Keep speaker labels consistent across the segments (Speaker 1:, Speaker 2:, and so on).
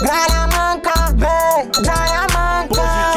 Speaker 1: Gramanca, vem, Gramanca.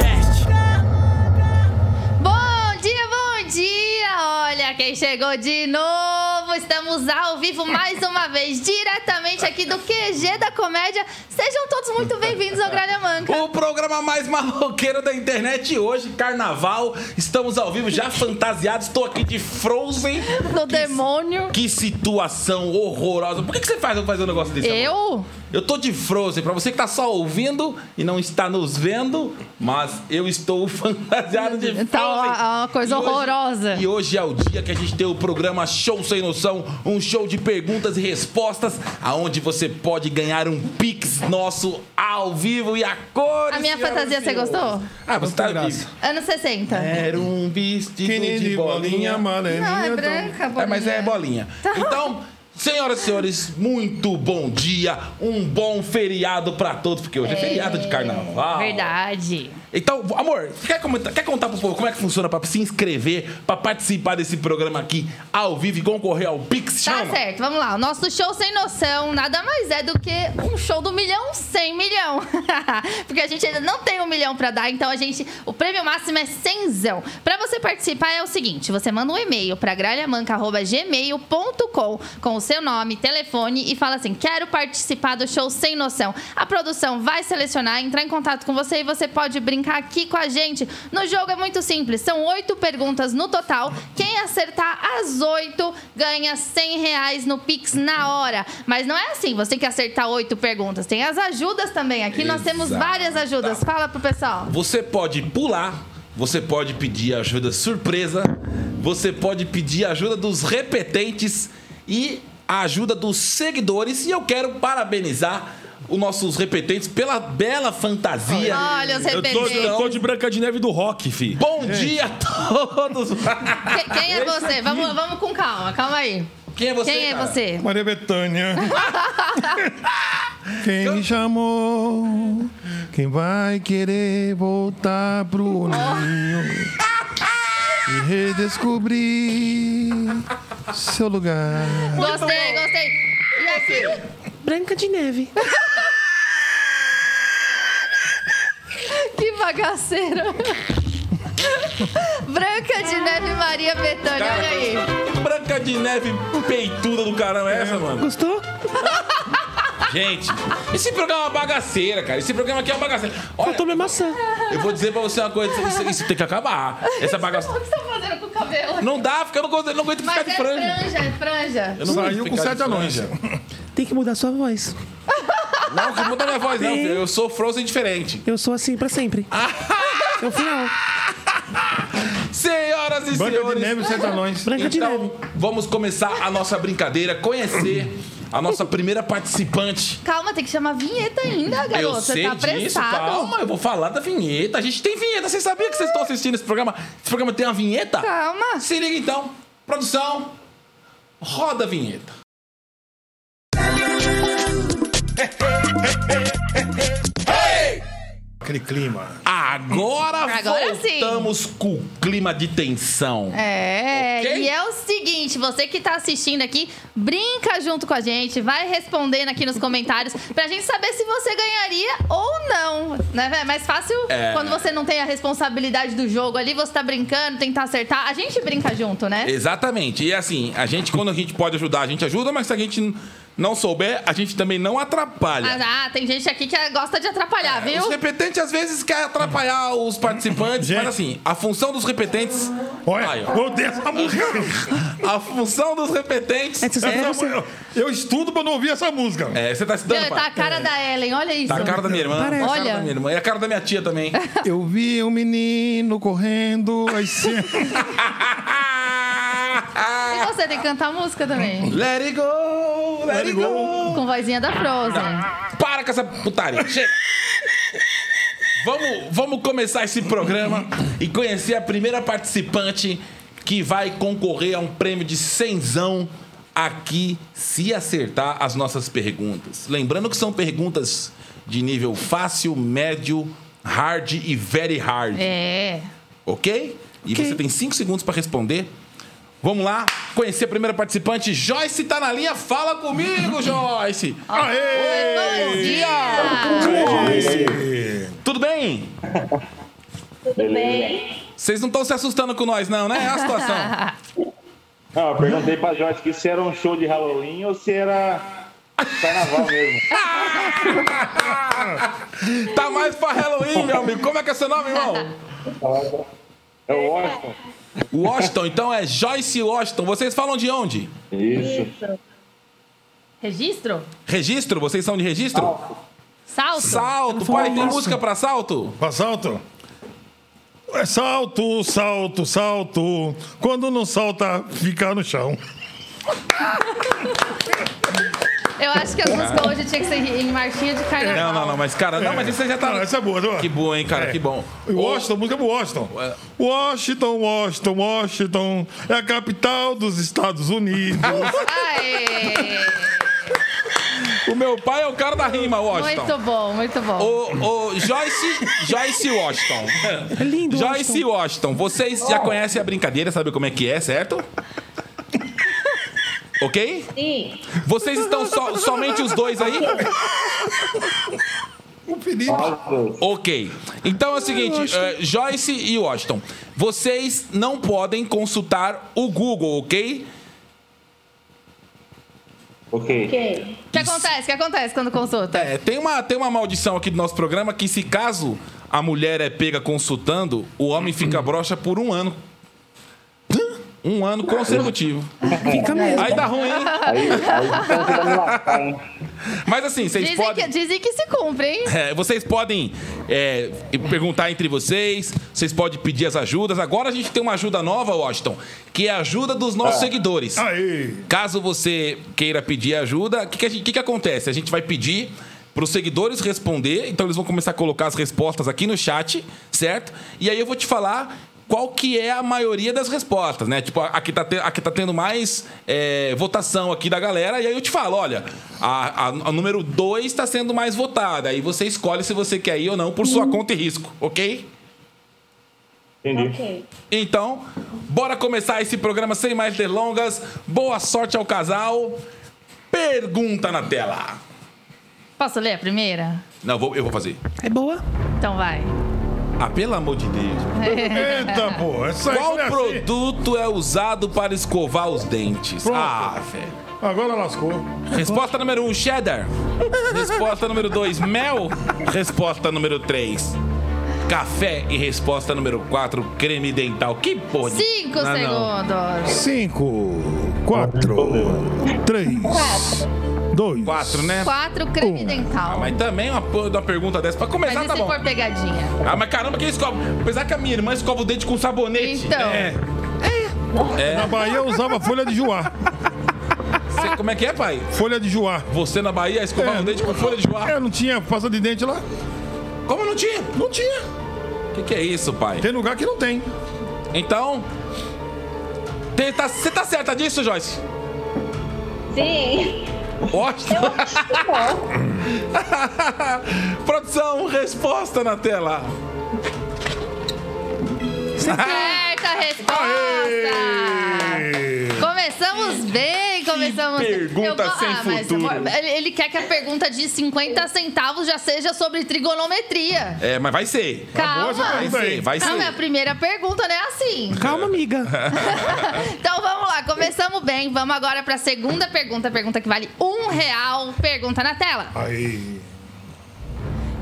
Speaker 2: Bom dia, bom dia! Olha quem chegou de novo! Estamos ao vivo mais uma vez, diretamente aqui do QG da Comédia. Sejam todos muito bem-vindos ao Gralha Manca.
Speaker 3: O programa mais maloqueiro da internet hoje, carnaval. Estamos ao vivo, já fantasiados. Estou aqui de Frozen.
Speaker 2: Do demônio.
Speaker 3: Que situação horrorosa. Por que, que você faz eu fazer um negócio desse? amor?
Speaker 2: Eu?
Speaker 3: Eu tô de Frozen. Pra você que tá só ouvindo e não está nos vendo, mas eu estou fantasiado de Frozen.
Speaker 2: Tá uma- uma coisa
Speaker 3: E hoje-
Speaker 2: horrorosa.
Speaker 3: e hoje é o dia que a gente tem o programa Show Sem Noção, um show de perguntas e respostas, aonde você pode ganhar um pix nosso ao vivo e a cor.
Speaker 2: A minha fantasia, você gostou?
Speaker 3: Ah, você tá
Speaker 4: Graça.
Speaker 3: vivo.
Speaker 2: Anos 60.
Speaker 3: Era um vestido
Speaker 4: Pequenininho
Speaker 3: de bolinha,
Speaker 4: amarelinha.
Speaker 2: Não, é branca,
Speaker 3: É, mas é bolinha.
Speaker 2: Tá.
Speaker 3: Então, senhoras e senhores, muito bom dia, um bom feriado pra todos, porque hoje é, feriado de carnaval.
Speaker 2: Verdade.
Speaker 3: Então, amor, quer, comentar, quer contar pro povo como é que funciona pra se inscrever, pra participar desse programa aqui ao vivo e concorrer ao Pix?
Speaker 2: Tá
Speaker 3: Chama.
Speaker 2: certo, vamos lá. O nosso show sem noção nada mais é do que um show do milhão sem milhão. Porque a gente ainda não tem um milhão pra dar, então a gente. O prêmio máximo é cenzão. Pra você participar é o seguinte: você manda um e-mail pra gralhamanca.gmail.com com o seu nome, telefone e fala assim: quero participar do show sem noção. A produção vai selecionar, entrar em contato com você e você pode brincar aqui com a gente. No jogo é muito simples, são oito perguntas no total. Quem acertar as oito ganha 100 reais no Pix na hora. Mas não é assim, você tem que acertar oito perguntas. Tem as ajudas também. Aqui nós temos
Speaker 3: Exato.
Speaker 2: várias ajudas. Fala pro pessoal.
Speaker 3: Você pode pular, você pode pedir ajuda surpresa, você pode pedir ajuda dos repetentes e a ajuda dos seguidores. E eu quero parabenizar os nossos repetentes pela bela fantasia.
Speaker 2: Olha os
Speaker 5: Eu tô,
Speaker 2: repetentes.
Speaker 5: eu tô de Branca de Neve do Rock, fi. É.
Speaker 3: Bom dia a todos!
Speaker 2: Que- Quem é você? Vamos, vamos com calma, calma aí.
Speaker 3: Quem é você?
Speaker 2: Quem é
Speaker 3: cara?
Speaker 2: você?
Speaker 4: Maria Bethânia. Quem me chamou? Quem vai querer voltar pro ninho e redescobrir seu lugar?
Speaker 2: Gostei, gostei. E aqui?
Speaker 6: Branca de Neve.
Speaker 2: Que bagaceira. Branca de Neve e Maria Bethânia, olha aí.
Speaker 3: Branca de Neve peituda do caramba é essa, mano?
Speaker 6: Gostou?
Speaker 3: Gente, esse programa é uma bagaceira, cara. Esse programa aqui é uma bagaceira. Olha,
Speaker 6: Faltou minha maçã.
Speaker 3: eu vou dizer pra você uma coisa. Isso, isso tem que acabar. Essa bagaceira...
Speaker 2: O que você tá fazendo com o cabelo?
Speaker 3: Não dá, porque eu não, consigo- não aguento ficar
Speaker 2: Mas
Speaker 3: de
Speaker 2: é
Speaker 3: franja.
Speaker 2: franja, é franja.
Speaker 3: Eu não aguento
Speaker 4: Saiu com
Speaker 3: ficar de
Speaker 4: sete anões.
Speaker 3: franja.
Speaker 6: Tem que mudar sua voz.
Speaker 3: Não, que muda minha voz, não. filho. Eu sou Frozen diferente.
Speaker 6: Eu sou assim pra sempre. É o final.
Speaker 3: Senhoras e
Speaker 4: Banca de
Speaker 3: senhores,
Speaker 4: neve, é sete anões.
Speaker 6: Branca de
Speaker 3: então
Speaker 6: Neve.
Speaker 3: vamos começar a nossa brincadeira, conhecer a nossa primeira participante.
Speaker 2: Calma, tem que chamar a vinheta ainda, garoto.
Speaker 3: eu
Speaker 2: você
Speaker 3: sei
Speaker 2: tá
Speaker 3: disso,
Speaker 2: apressado.
Speaker 3: calma, eu vou falar da vinheta. A gente tem vinheta, vocês sabiam que vocês estão assistindo esse programa? Esse programa tem uma vinheta?
Speaker 2: Calma.
Speaker 3: Se liga então, produção, roda a vinheta.
Speaker 4: Aquele clima.
Speaker 3: Agora,
Speaker 2: Agora sim.
Speaker 3: voltamos com o clima de tensão.
Speaker 2: É,
Speaker 3: Ok?
Speaker 2: e é o seguinte, você que tá assistindo aqui, brinca junto com a gente, vai respondendo aqui nos comentários pra gente saber se você ganharia ou não, né? É mais fácil
Speaker 3: É.
Speaker 2: quando você não tem a responsabilidade do jogo ali, você tá brincando, tentar acertar, a gente brinca junto, né?
Speaker 3: Exatamente. E assim, a gente, quando a gente pode ajudar, a gente ajuda, mas se a gente n- não souber, a gente também não atrapalha.
Speaker 2: Ah, ah, tem gente aqui que gosta de atrapalhar, viu?
Speaker 3: Os repetentes às vezes quer atrapalhar os participantes,
Speaker 4: Gente.
Speaker 3: mas assim, a função dos repetentes. Aí,
Speaker 4: Olha,
Speaker 3: ó.
Speaker 4: meu Deus, essa música.
Speaker 3: A função dos repetentes.
Speaker 6: É, vocês estão
Speaker 4: Essa
Speaker 6: falando
Speaker 4: mu-
Speaker 6: você.
Speaker 4: eu, eu estudo pra não ouvir essa música.
Speaker 3: É, você tá se dando.
Speaker 2: Meu, tá a
Speaker 3: pai?
Speaker 2: cara da Ellen, olha isso.
Speaker 3: Tá a cara da minha irmã.
Speaker 6: Parece.
Speaker 3: tá a cara
Speaker 2: Olha.
Speaker 3: da minha irmã. E a cara da minha tia também.
Speaker 4: Eu vi um menino correndo às cenas.
Speaker 2: E você tem que cantar música também.
Speaker 3: let it go, let, it go.
Speaker 2: Com vozinha da Frozen.
Speaker 3: Para com essa putaria. Chega. Vamos, vamos começar esse programa e conhecer a primeira participante que vai concorrer a um prêmio de cenzão aqui se acertar as nossas perguntas. Lembrando que são perguntas de nível fácil, médio, hard e very hard,
Speaker 2: É.
Speaker 3: ok? E
Speaker 6: Ok.
Speaker 3: você tem 5 segundos para responder. Vamos lá conhecer a primeira participante. Joyce tá na linha. Fala comigo, Joyce.
Speaker 2: Oi, bom dia!
Speaker 3: Tudo bem?
Speaker 7: Tudo bem?
Speaker 3: Vocês não estão se assustando com nós, não, né? É a situação.
Speaker 7: Não, eu perguntei pra Joyce que se era um show de Halloween ou se era carnaval mesmo.
Speaker 3: Tá mais pra Halloween, meu amigo. Como é que é seu nome, irmão?
Speaker 7: É o Washington.
Speaker 3: Washington, então é Joyce Washington. Vocês falam de onde?
Speaker 7: Isso.
Speaker 2: Registro?
Speaker 3: Registro? Vocês são de registro?
Speaker 2: Salto?
Speaker 3: Salto, pai, tem música pra salto?
Speaker 4: Pra salto? É salto, salto, salto. Quando não salta, fica no chão.
Speaker 2: Eu acho que as músicas hoje tinha que ser em marchinha de carnaval.
Speaker 3: Não, não, não, mas cara, não, mas isso aí já tá.
Speaker 4: Não, essa é boa, essa é boa.
Speaker 3: Que bom, hein, cara,
Speaker 4: É.
Speaker 3: que bom.
Speaker 4: Washington, música é pro Washington. Washington, Washington, Washington é a capital dos Estados Unidos.
Speaker 2: Aê!
Speaker 3: O meu pai é o cara da rima, Washington.
Speaker 2: Muito bom, muito bom.
Speaker 3: O, o Joyce, Joyce Washington.
Speaker 6: É lindo,
Speaker 3: Joyce
Speaker 6: Washington.
Speaker 3: Washington, vocês já conhecem a brincadeira, sabe como é que é, certo? Ok?
Speaker 7: Sim.
Speaker 3: Vocês estão so- somente os dois aí?
Speaker 4: o Felipe.
Speaker 3: Ok. Então é o seguinte, eh, Joyce e Washington, vocês não podem consultar o Google, ok?
Speaker 7: Ok.
Speaker 8: Ok.
Speaker 2: O que acontece? O que acontece quando consulta?
Speaker 3: É, tem uma, tem uma maldição aqui do nosso programa que se caso a mulher é pega consultando, o homem fica broxa por um ano. Um ano consecutivo.
Speaker 6: Fica mesmo.
Speaker 3: Aí dá ruim, hein?
Speaker 7: Aí, aí então você tá me lascando, hein?
Speaker 3: Mas assim, vocês
Speaker 2: Dizem,
Speaker 3: podem...
Speaker 2: que, é dizem que se cumpre, hein?
Speaker 3: É, vocês podem é, perguntar entre vocês, vocês podem pedir as ajudas. Agora a gente tem uma ajuda nova, Washington, que é a ajuda dos nossos seguidores.
Speaker 4: Aí.
Speaker 3: Caso você queira pedir ajuda, o que, que, a gente- que que acontece? A gente vai pedir para os seguidores responder, então eles vão começar a colocar as respostas aqui no chat, certo? E aí eu vou te falar qual que é a maioria das respostas, né? Tipo, aqui tá, te- a que tá tendo mais é, votação aqui da galera, e aí eu te falo, olha, a, a- a número 2 está sendo mais votada, aí você escolhe se você quer ir ou não por sua conta e risco, ok?
Speaker 7: Entendi.
Speaker 8: Ok.
Speaker 3: Então, bora começar esse programa sem mais delongas. Boa sorte ao casal. Pergunta na tela.
Speaker 2: Posso ler a primeira?
Speaker 3: Não, eu vou, eu vou fazer.
Speaker 6: É boa?
Speaker 2: Então vai.
Speaker 3: Ah, pelo amor de Deus.
Speaker 4: Eita, pô. Essa aí
Speaker 3: Qual
Speaker 4: foi assim.
Speaker 3: produto é usado para escovar os dentes?
Speaker 4: Pronto.
Speaker 3: Ah, velho.
Speaker 4: Agora lascou.
Speaker 3: Resposta número 1, um, cheddar. Resposta número 2, mel. Resposta número 3, café. E resposta número 4, creme dental. Que porra. de-
Speaker 2: Cinco
Speaker 3: Ah, não.
Speaker 2: segundos.
Speaker 4: Cinco, quatro, três, dois.
Speaker 3: Quatro, né? Ah,
Speaker 2: Quatro creme
Speaker 4: Um.
Speaker 2: dental.
Speaker 3: Mas também uma, porra de uma pergunta dessa. Pra
Speaker 2: Mas
Speaker 3: começar,
Speaker 2: e
Speaker 3: tá
Speaker 2: se
Speaker 3: bom.
Speaker 2: for pegadinha?
Speaker 3: Ah, mas caramba, quem escova? Apesar que a minha irmã escova o dente com sabonete.
Speaker 2: Então.
Speaker 3: É.
Speaker 4: Na Bahia eu usava folha de joá.
Speaker 3: Você- como é que é, pai?
Speaker 4: Folha de joá.
Speaker 3: Você na Bahia escovava
Speaker 4: É.
Speaker 3: o dente com folha de joá?
Speaker 4: Eu não tinha pasta de dente lá?
Speaker 3: Como não tinha?
Speaker 4: Não tinha.
Speaker 3: O que, que é isso, pai?
Speaker 4: Tem lugar que não tem.
Speaker 3: Então. Você tá, você tá certa disso, Joyce?
Speaker 8: Sim.
Speaker 3: Ótimo.
Speaker 8: Eu acho que não.
Speaker 3: Produção, resposta na tela.
Speaker 2: Certa resposta! Começamos bem, começamos
Speaker 3: pergunta
Speaker 2: go-
Speaker 3: sem
Speaker 2: mas
Speaker 3: futuro.
Speaker 2: amor, ele, ele quer que a pergunta de 50 centavos já seja sobre trigonometria.
Speaker 3: É, mas vai ser.
Speaker 2: Calma.
Speaker 4: essa
Speaker 3: Vai
Speaker 4: pergunta
Speaker 3: ser,
Speaker 4: aí.
Speaker 3: vai ser.
Speaker 2: Não, é a primeira pergunta, não é assim.
Speaker 6: Calma, amiga.
Speaker 3: É.
Speaker 2: Então vamos lá, começamos bem. Vamos agora para a segunda pergunta, pergunta que vale um real. Pergunta na tela.
Speaker 4: Aí.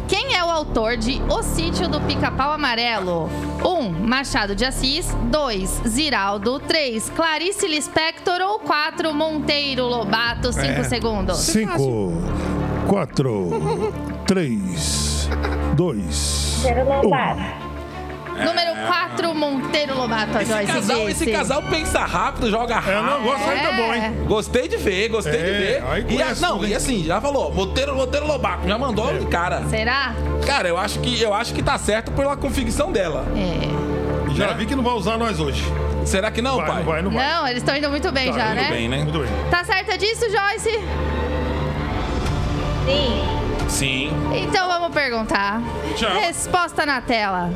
Speaker 2: Quem é o autor de O Sítio do Pica-Pau Amarelo? 1. Um, Machado de Assis. 2. Ziraldo. 3. Clarice Lispector. Ou 4. Monteiro Lobato. 5
Speaker 3: É.
Speaker 2: segundos.
Speaker 4: Cinco, quatro, três, dois. um.
Speaker 8: Quero louvar.
Speaker 2: Número 4, Monteiro Lobato. a
Speaker 3: Esse
Speaker 2: Joyce
Speaker 3: casal,
Speaker 2: disse.
Speaker 3: esse casal pensa rápido, joga rápido.
Speaker 4: É, não, gosto aí tá bom, hein?
Speaker 3: Gostei de ver, gostei
Speaker 4: É,
Speaker 3: de ver.
Speaker 4: aí
Speaker 3: E, a-
Speaker 4: conhece
Speaker 3: não,
Speaker 4: tudo,
Speaker 3: e
Speaker 4: hein? É.
Speaker 3: assim, já falou, Monteiro, Monteiro Lobaco, já mandou de cara.
Speaker 2: Será?
Speaker 3: Cara, eu acho que eu acho que tá certo pela convicção dela.
Speaker 2: É.
Speaker 4: Já vi que não vai usar nós hoje.
Speaker 3: Será que não,
Speaker 4: Vai,
Speaker 3: pai?
Speaker 4: não vai, não vai.
Speaker 2: Não, eles estão indo muito bem
Speaker 4: Tá,
Speaker 2: já,
Speaker 4: tudo
Speaker 2: né?
Speaker 3: bem, né?
Speaker 4: Muito bem.
Speaker 2: Tá certa disso, Joyce?
Speaker 8: Sim.
Speaker 3: Sim.
Speaker 2: Então vamos perguntar.
Speaker 4: Tchau.
Speaker 2: Resposta na tela.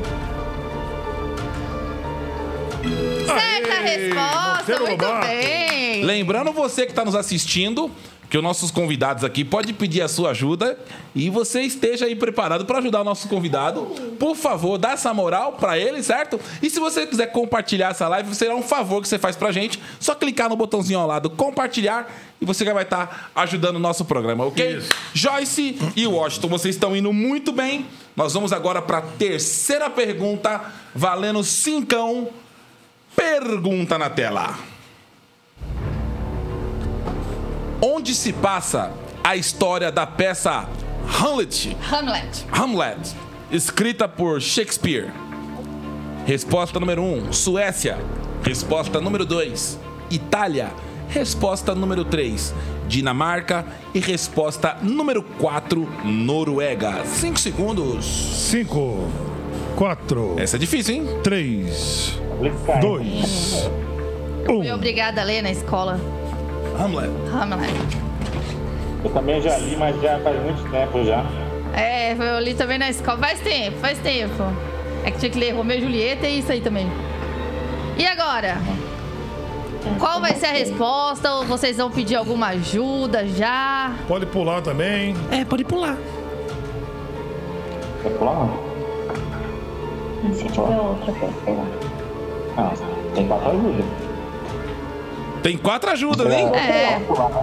Speaker 2: Certa
Speaker 4: Aê,
Speaker 2: resposta,
Speaker 4: Monteiro
Speaker 2: muito
Speaker 4: Lobato.
Speaker 2: bem.
Speaker 3: Lembrando você que está nos assistindo, que os nossos convidados aqui pode pedir a sua ajuda e você esteja aí preparado para ajudar o nosso convidado. Por favor, dá essa moral para ele, certo? E se você quiser compartilhar essa live, será um favor que você faz pra gente. Só clicar no botãozinho ao lado compartilhar e você já vai estar ajudando o nosso programa, ok?
Speaker 4: Isso.
Speaker 3: Joyce e Washington, vocês estão indo muito bem. Nós vamos agora para a terceira pergunta, valendo cincão. Pergunta na tela. onde se passa a história da peça Hamlet,
Speaker 2: Hamlet.
Speaker 3: Hamlet, escrita por Shakespeare? Resposta número 1, um, Suécia. Resposta número 2, Itália. Resposta número 3, Dinamarca. E resposta número 4, Noruega. 5 segundos.
Speaker 4: 5, 4,
Speaker 3: Essa é difícil, hein?
Speaker 4: 3,
Speaker 7: Complicado.
Speaker 4: 2,
Speaker 2: Fui
Speaker 4: 1.
Speaker 2: obrigada a ler na escola.
Speaker 3: Hamlet.
Speaker 2: Hamlet.
Speaker 7: Eu também já li, mas já faz muito tempo já.
Speaker 2: É, eu li também na escola. Faz tempo, faz tempo. É que tinha que ler Romeu e Julieta e isso aí também. E agora? Qual vai ser a resposta? Ou vocês vão pedir alguma ajuda já?
Speaker 4: Pode pular também.
Speaker 6: É, pode pular.
Speaker 7: Quer pular? não?
Speaker 8: Não sei, deixa eu ver outra coisa, sei lá.
Speaker 7: Não, Ah, tá. tem quatro ajudas.
Speaker 3: Tem quatro ajudas, hein?
Speaker 2: É.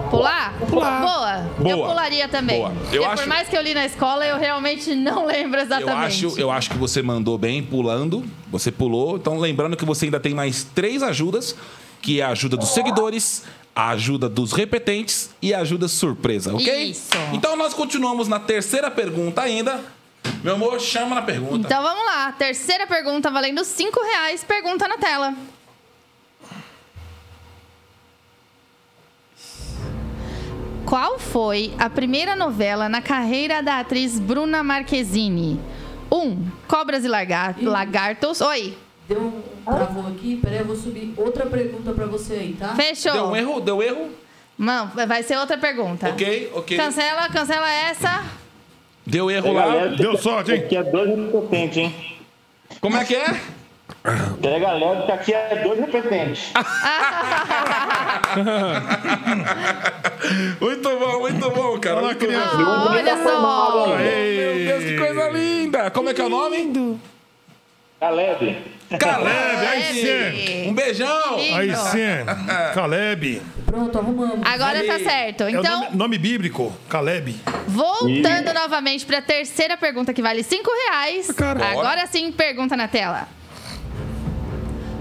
Speaker 2: Pular?
Speaker 6: Pular.
Speaker 2: Boa. Eu
Speaker 3: Boa.
Speaker 2: pularia também.
Speaker 3: Boa. Eu
Speaker 2: Porque
Speaker 3: acho-
Speaker 2: Por mais que eu li na escola, eu realmente não lembro
Speaker 3: Eu
Speaker 2: exatamente.
Speaker 3: acho, eu acho que você mandou bem pulando. Você pulou. Então, lembrando que você ainda tem mais três ajudas, que é a ajuda dos seguidores, a ajuda dos repetentes e a ajuda surpresa, ok?
Speaker 2: Isso.
Speaker 3: Então, nós continuamos na terceira pergunta ainda. Meu amor, chama na pergunta.
Speaker 2: Então vamos lá. Terceira pergunta, valendo 5 reais. Pergunta na tela. Qual foi a primeira novela na carreira da atriz Bruna Marquezine? 1. Um, Cobras e Larga- Lagartos. Oi.
Speaker 9: Deu um travou aqui, peraí, eu vou subir outra pergunta pra você aí, tá?
Speaker 2: Fechou.
Speaker 3: Deu um erro? Deu erro?
Speaker 2: Não, vai ser outra pergunta.
Speaker 3: Ok, ok.
Speaker 2: Cancela, cancela essa.
Speaker 3: Deu erro lá.
Speaker 4: deu sorte, hein?
Speaker 7: Aqui é dois repetentes, hein?
Speaker 3: Como é que é?
Speaker 7: Pega galera que aqui é dois repetentes.
Speaker 3: Muito bom, muito bom, cara.
Speaker 4: Olha lá,
Speaker 3: Muito
Speaker 4: criança.
Speaker 3: bom.
Speaker 2: Olha só.
Speaker 7: Ah.
Speaker 3: Meu Deus, que coisa linda! Como é que é o nome?
Speaker 7: Caleb.
Speaker 3: Caleb,
Speaker 4: Caleb, aí
Speaker 2: Caleb.
Speaker 4: sim.
Speaker 3: um beijão!
Speaker 4: Aí
Speaker 2: Lindo.
Speaker 4: sim. Caleb.
Speaker 9: Pronto, arrumamos.
Speaker 2: Agora tá certo.
Speaker 4: É o
Speaker 2: Então,
Speaker 4: nome, nome bíblico. Caleb.
Speaker 2: Voltando novamente para a terceira pergunta que vale 5 reais.
Speaker 6: Ah, Cara.
Speaker 2: Agora sim, pergunta na tela.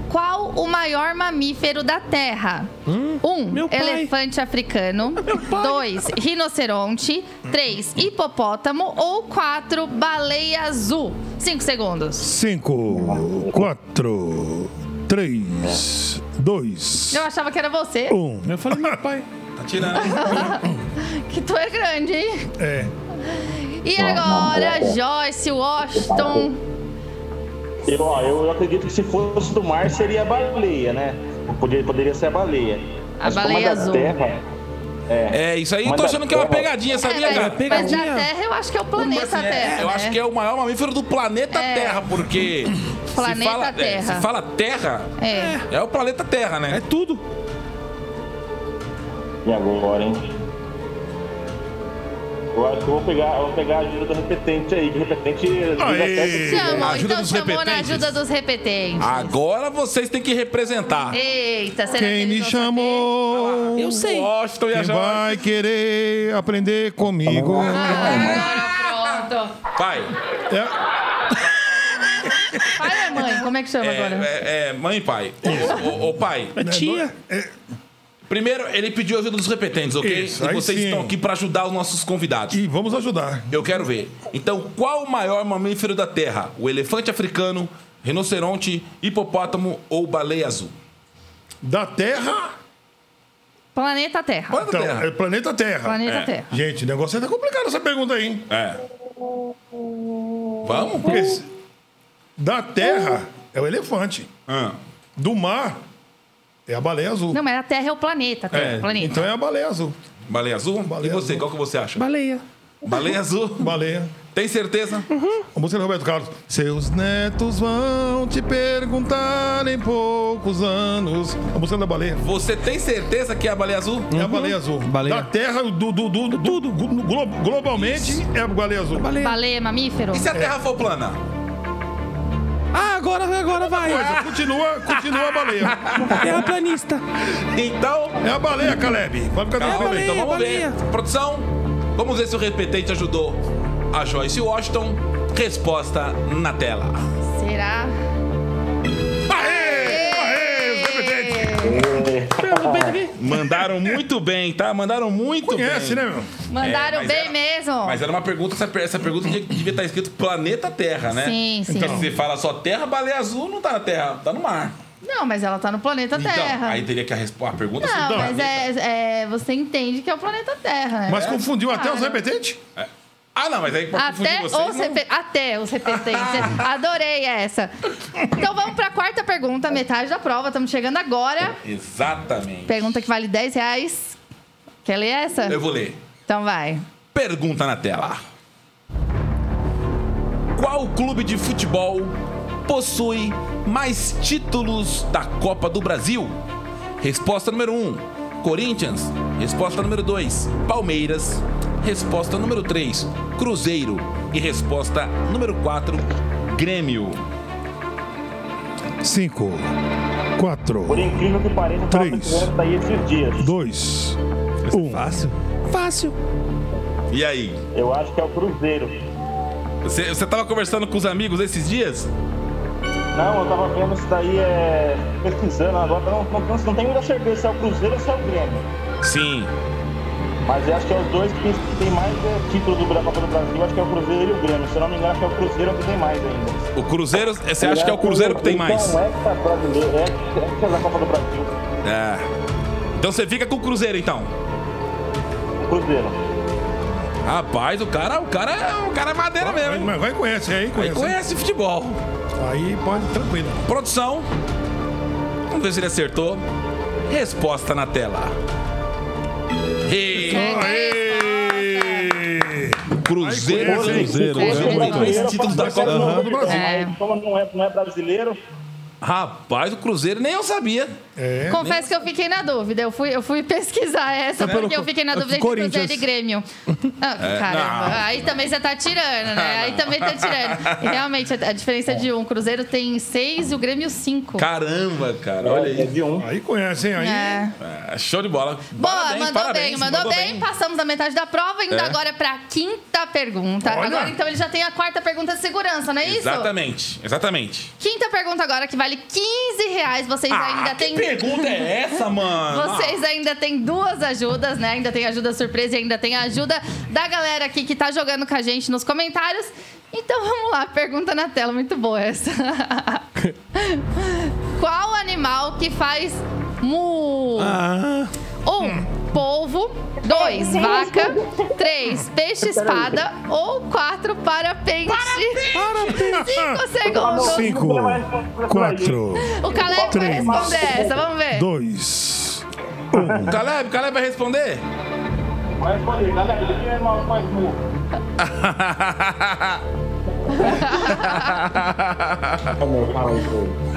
Speaker 2: Qual o maior mamífero da Terra? 1. um,
Speaker 6: Hum? meu pai.
Speaker 2: elefante africano. 2. Rinoceronte. 3. Hipopótamo. Ou 4. Baleia azul. 5 segundos.
Speaker 4: 5, 4, 3, 2,
Speaker 2: Eu achava que era você,
Speaker 4: 1.
Speaker 6: Eu falei, meu pai.
Speaker 3: Tá tirando. hein?
Speaker 2: que tu é grande, hein?
Speaker 4: É.
Speaker 6: Oh,
Speaker 2: E agora, Joyce Washington.
Speaker 7: Eu, ó, eu, eu acredito que se fosse do mar seria a baleia, né? Poderia, poderia ser a baleia.
Speaker 2: A
Speaker 7: Mas como é
Speaker 2: baleia
Speaker 7: da
Speaker 2: azul.
Speaker 7: Terra, é,
Speaker 3: É, isso aí, eu
Speaker 7: Mas
Speaker 3: tô
Speaker 7: da
Speaker 3: achando que é uma
Speaker 7: Terra-
Speaker 3: pegadinha, sabia,
Speaker 2: É,
Speaker 3: cara?
Speaker 2: mas, mas da Terra eu acho que é o planeta
Speaker 3: Assim, é,
Speaker 2: Terra.
Speaker 3: Eu
Speaker 2: né?
Speaker 3: acho que é o maior mamífero do planeta
Speaker 2: É.
Speaker 3: Terra, porque. se
Speaker 2: Planeta
Speaker 3: fala- é,
Speaker 2: Terra.
Speaker 3: se fala Terra,
Speaker 2: É.
Speaker 3: é. o planeta Terra, né?
Speaker 6: É tudo.
Speaker 7: e agora, hein? Eu acho que eu vou pegar, eu vou pegar a ajuda do repetente aí, que repetente diz até
Speaker 4: Aê.
Speaker 7: que-
Speaker 2: Chamam,
Speaker 3: Ajuda
Speaker 2: então
Speaker 3: dos
Speaker 2: chamou na
Speaker 3: repetentes. Ah.
Speaker 2: ajuda dos repetentes.
Speaker 3: Agora vocês têm que representar.
Speaker 2: É Eita, será que
Speaker 4: Quem
Speaker 2: eles
Speaker 4: me
Speaker 2: vão
Speaker 4: chamou?
Speaker 6: Eu sei.
Speaker 3: Washington e a
Speaker 4: Quem
Speaker 3: Joyce.
Speaker 4: vai querer aprender comigo?
Speaker 2: saber? Agora pronto.
Speaker 3: Vai.
Speaker 4: É,
Speaker 2: Pai ou mãe? Como é que chama
Speaker 3: É,
Speaker 2: agora?
Speaker 3: é, é, mãe e pai. Ô, ô, ô, pai,
Speaker 6: É tia.
Speaker 3: primeiro ele pediu ajuda dos repetentes, ok?
Speaker 4: Isso,
Speaker 3: e
Speaker 4: aí
Speaker 3: vocês
Speaker 4: sim.
Speaker 3: estão aqui pra ajudar os nossos convidados.
Speaker 4: e vamos ajudar.
Speaker 3: Eu quero ver. Então, qual o maior mamífero da Terra? O elefante africano, rinoceronte, hipopótamo ou baleia azul?
Speaker 4: Da Terra?
Speaker 2: Planeta Terra.
Speaker 3: Planeta
Speaker 4: Então,
Speaker 3: Terra.
Speaker 4: é planeta Terra. É.
Speaker 2: Planeta Terra.
Speaker 4: Gente, o negócio tá complicado essa pergunta aí, hein?
Speaker 3: É. Vamos?
Speaker 4: Porque se- da Terra é o elefante.
Speaker 3: Ah.
Speaker 4: Do mar é a baleia azul.
Speaker 2: Não, mas a Terra é o planeta. Terra,
Speaker 3: É,
Speaker 2: planeta.
Speaker 4: Então é a baleia azul.
Speaker 3: Baleia azul?
Speaker 4: Baleia
Speaker 3: e você,
Speaker 4: azul.
Speaker 3: qual que você acha?
Speaker 6: Baleia.
Speaker 3: Baleia azul?
Speaker 4: Baleia.
Speaker 3: Tem certeza?
Speaker 4: A música do Roberto Carlos. Seus netos vão te perguntar em poucos anos. A música da baleia.
Speaker 3: Você tem certeza que é a baleia azul?
Speaker 4: É a baleia azul.
Speaker 6: Baleia.
Speaker 4: Da terra, do, do, do, do, do- glo- glo- globalmente, é a baleia azul.
Speaker 3: então-
Speaker 2: Baleia, mamífero?
Speaker 3: E se a
Speaker 4: É.
Speaker 3: terra for plana?
Speaker 6: Ah, agora, agora vai.
Speaker 4: Mas continua, continua a baleia.
Speaker 6: É a planista.
Speaker 3: Então,
Speaker 4: É a baleia, Caleb. Vai ficar
Speaker 3: Calma,
Speaker 4: tranquilo aí.
Speaker 3: então vamos
Speaker 6: baleia.
Speaker 3: ver. Produção, vamos ver se o repetente ajudou. A Joyce Washington, resposta na tela. é-
Speaker 2: Será?
Speaker 4: Aê! Aê! os repetentes.
Speaker 3: Mandaram muito bem, tá? Mandaram muito
Speaker 4: Conhece,
Speaker 3: bem.
Speaker 4: né, meu?
Speaker 2: Mandaram
Speaker 3: É, mas
Speaker 2: bem
Speaker 3: era-
Speaker 2: mesmo.
Speaker 3: Mas era uma pergunta, essa, per- essa pergunta devia- devia estar escrito planeta Terra, né?
Speaker 2: Sim, sim.
Speaker 3: Porque se você fala só Terra, baleia azul não tá na Terra, tá no mar.
Speaker 2: Não, mas ela tá no planeta
Speaker 3: Então,
Speaker 2: Terra.
Speaker 3: aí Então, teria que a, respo- a pergunta
Speaker 2: Não,
Speaker 3: ser do
Speaker 2: mas
Speaker 3: planeta.
Speaker 2: é, é- você entende que é o planeta Terra, né?
Speaker 4: Mas confundiu até os
Speaker 2: Claro.
Speaker 4: repetentes?
Speaker 3: Ah, não, mas aí pra confundir
Speaker 2: Até
Speaker 3: vocês...
Speaker 2: os,
Speaker 3: não-
Speaker 2: repe... Até os repetentes. Adorei essa. Então vamos pra quarta pergunta, metade da prova. Estamos chegando agora.
Speaker 3: Exatamente.
Speaker 2: Pergunta que vale 10 reais. Quer ler essa?
Speaker 3: Eu vou ler.
Speaker 2: Então vai.
Speaker 3: Pergunta na tela. Qual clube de futebol possui mais títulos da Copa do Brasil? Resposta número 1, um, Corinthians. Resposta número 2, Palmeiras. Resposta número 3, Cruzeiro. E resposta número 4, Grêmio.
Speaker 4: Cinco, quatro,
Speaker 7: Por incrível que pareça, eu tava
Speaker 4: Três.
Speaker 7: precisando daí esses dias.
Speaker 4: dois, um.
Speaker 6: Fácil. Fácil.
Speaker 3: E aí?
Speaker 7: Eu acho que é o Cruzeiro.
Speaker 3: Você, você tava conversando com os amigos esses dias?
Speaker 7: Não, eu tava vendo isso daí, é... pesquisando agora, não, não, não, não tenho muita certeza se é o Cruzeiro ou se é o Grêmio.
Speaker 3: Sim.
Speaker 7: Mas eu acho que é os dois que que tem mais é, títulos do Bra- Copa do Brasil, eu acho que é o Cruzeiro e o Grêmio. Se eu não me engano, acho que é o Cruzeiro que tem mais ainda.
Speaker 3: O Cruzeiro, você acha que é o Cruzeiro que tem mais?
Speaker 7: Então, é brasileiro, é, é que é da Copa do Brasil.
Speaker 3: É. Então você fica com o Cruzeiro então.
Speaker 7: Cruzeiro.
Speaker 3: Rapaz, o cara, o cara, é- o cara é madeira
Speaker 4: Mas
Speaker 3: mesmo.
Speaker 4: Tá mas vai conhece, aí
Speaker 3: Ele
Speaker 4: conhece.
Speaker 3: conhece futebol.
Speaker 4: Aí pode, tranquilo.
Speaker 3: Produção. Vamos ver se ele acertou. Resposta na tela. E
Speaker 2: É.
Speaker 4: Aê!
Speaker 3: Cruzeiro,
Speaker 4: Aí conhece, hein?
Speaker 3: Cruzeiro,
Speaker 2: É
Speaker 3: Cruzeiro tem
Speaker 2: verdade.
Speaker 3: mais títulos da
Speaker 7: Mas como
Speaker 3: Copa.
Speaker 7: não é
Speaker 4: do Brasil.
Speaker 7: mas Como não é, não é brasileiro,
Speaker 3: Rapaz, o Cruzeiro nem eu sabia.
Speaker 4: É.
Speaker 2: Confesso que eu fiquei na dúvida. Eu fui, eu fui pesquisar essa,
Speaker 6: pelo
Speaker 2: porque eu
Speaker 6: co-
Speaker 2: fiquei na dúvida entre
Speaker 6: Corinthians.
Speaker 2: Cruzeiro e Grêmio. Ah, caramba,
Speaker 3: É, não.
Speaker 2: aí também você tá tirando, né? Aí também tá tirando. E Realmente, a a diferença é de um. O Cruzeiro tem seis e o Grêmio cinco.
Speaker 3: Caramba, cara, olha
Speaker 7: é
Speaker 3: aí.
Speaker 7: de um.
Speaker 4: Aí conhece, hein? Aí.
Speaker 2: É.
Speaker 3: Ah, Show de bola.
Speaker 2: Boa,
Speaker 3: Parabéns,
Speaker 2: mandou
Speaker 3: parabéns,
Speaker 2: bem, mandou, bem. Passamos da metade da prova, indo agora pra quinta pergunta.
Speaker 4: Olha.
Speaker 2: Agora, então, ele já tem a quarta pergunta de segurança, não é isso?
Speaker 3: Exatamente, exatamente. Ah,
Speaker 2: Quinta pergunta agora, que vale 15 reais. Vocês ainda
Speaker 3: que
Speaker 2: têm...
Speaker 3: pergunta é essa, mano?
Speaker 2: Vocês ainda têm duas ajudas, né? Ainda tem ajuda surpresa e ainda tem a ajuda da galera aqui que tá jogando com a gente nos comentários. Então vamos lá, pergunta na tela, muito boa essa. Qual animal que faz mu?
Speaker 6: Ah,
Speaker 4: Hum.
Speaker 2: Um, polvo. Dois, vaca. Três, peixe-espada. Ou quatro, parapente. Cinco segundos.
Speaker 4: Cinco, quatro,
Speaker 2: O Caleb vai
Speaker 4: Três,
Speaker 2: responder essa, vamos
Speaker 6: É.
Speaker 2: ver.
Speaker 4: dois.
Speaker 3: Caleb, Caleb vai responder?
Speaker 7: Mas pode ir, galera, ele é mais, mais burro.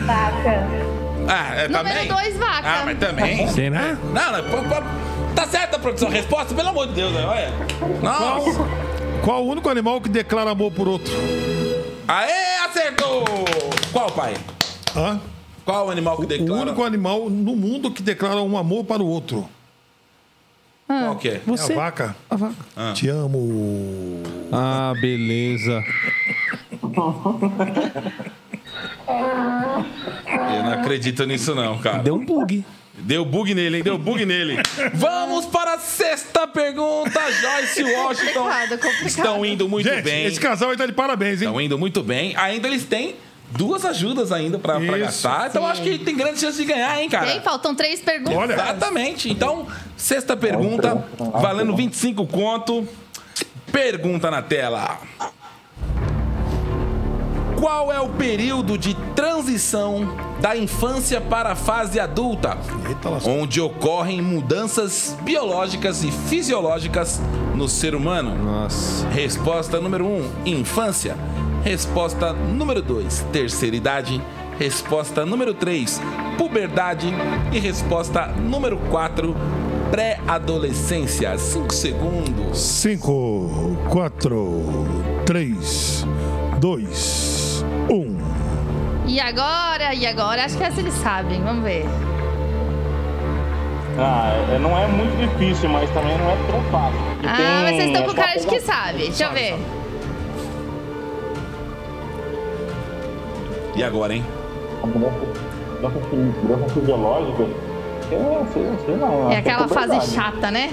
Speaker 8: Vaca.
Speaker 3: Ah, é, também?
Speaker 2: Número dois, vaca.
Speaker 3: Ah, mas também?
Speaker 6: será?
Speaker 3: Não, não, pô, pô, tá certa a produção. Resposta, pelo amor de Deus, né? Olha. Nossa.
Speaker 4: Qual o único animal que declara amor por outro?
Speaker 3: Aê, acertou! Qual, pai?
Speaker 4: Hã?
Speaker 3: Qual o animal que
Speaker 4: O
Speaker 3: declara?
Speaker 4: único animal no mundo que declara um amor para o outro.
Speaker 3: Qual que é?
Speaker 4: É a vaca.
Speaker 6: A vaca.
Speaker 4: Te amo.
Speaker 6: Ah, beleza.
Speaker 3: Eu não acredito nisso não, cara.
Speaker 6: Deu um bug.
Speaker 3: Deu bug nele, hein? Deu bug nele. Vamos para a sexta pergunta, Joyce e Washington.
Speaker 2: Complicado, complicado.
Speaker 3: Estão indo muito
Speaker 4: Gente,
Speaker 3: bem.
Speaker 4: esse casal aí tá de parabéns, hein?
Speaker 3: Estão indo muito bem. Ainda eles têm duas ajudas ainda pra, pra
Speaker 4: Isso.
Speaker 3: gastar. Então acho que tem grande chance de ganhar, hein, cara?
Speaker 2: Bem, faltam três perguntas.
Speaker 4: Olha.
Speaker 3: Exatamente. Então, sexta pergunta, valendo 25 conto. Pergunta na tela. Qual é o período de transição da infância para a fase adulta,
Speaker 4: Eita, lascou.
Speaker 3: onde ocorrem mudanças biológicas e fisiológicas no ser humano?
Speaker 6: Nossa.
Speaker 3: Resposta número 1, um, infância. Resposta número 2, terceira idade. Resposta número 3, puberdade. E resposta número 4, pré-adolescência. 5 segundos.
Speaker 4: 5, 4, 3, 2, 1.
Speaker 2: E agora? E agora? Acho que essa eles sabem. Vamos ver.
Speaker 7: Ah, é- não é muito difícil, mas também não é tão fácil. porque
Speaker 2: Ah,
Speaker 7: tem-
Speaker 2: mas vocês estão
Speaker 7: é
Speaker 2: com
Speaker 7: só
Speaker 2: cara de que
Speaker 7: pegar-
Speaker 2: sabe. Deixa eu ver.
Speaker 3: E agora, hein?
Speaker 7: Mudança fi- mudança fisiológica. Eu sei, eu sei não.
Speaker 2: É aquela fase chata, né?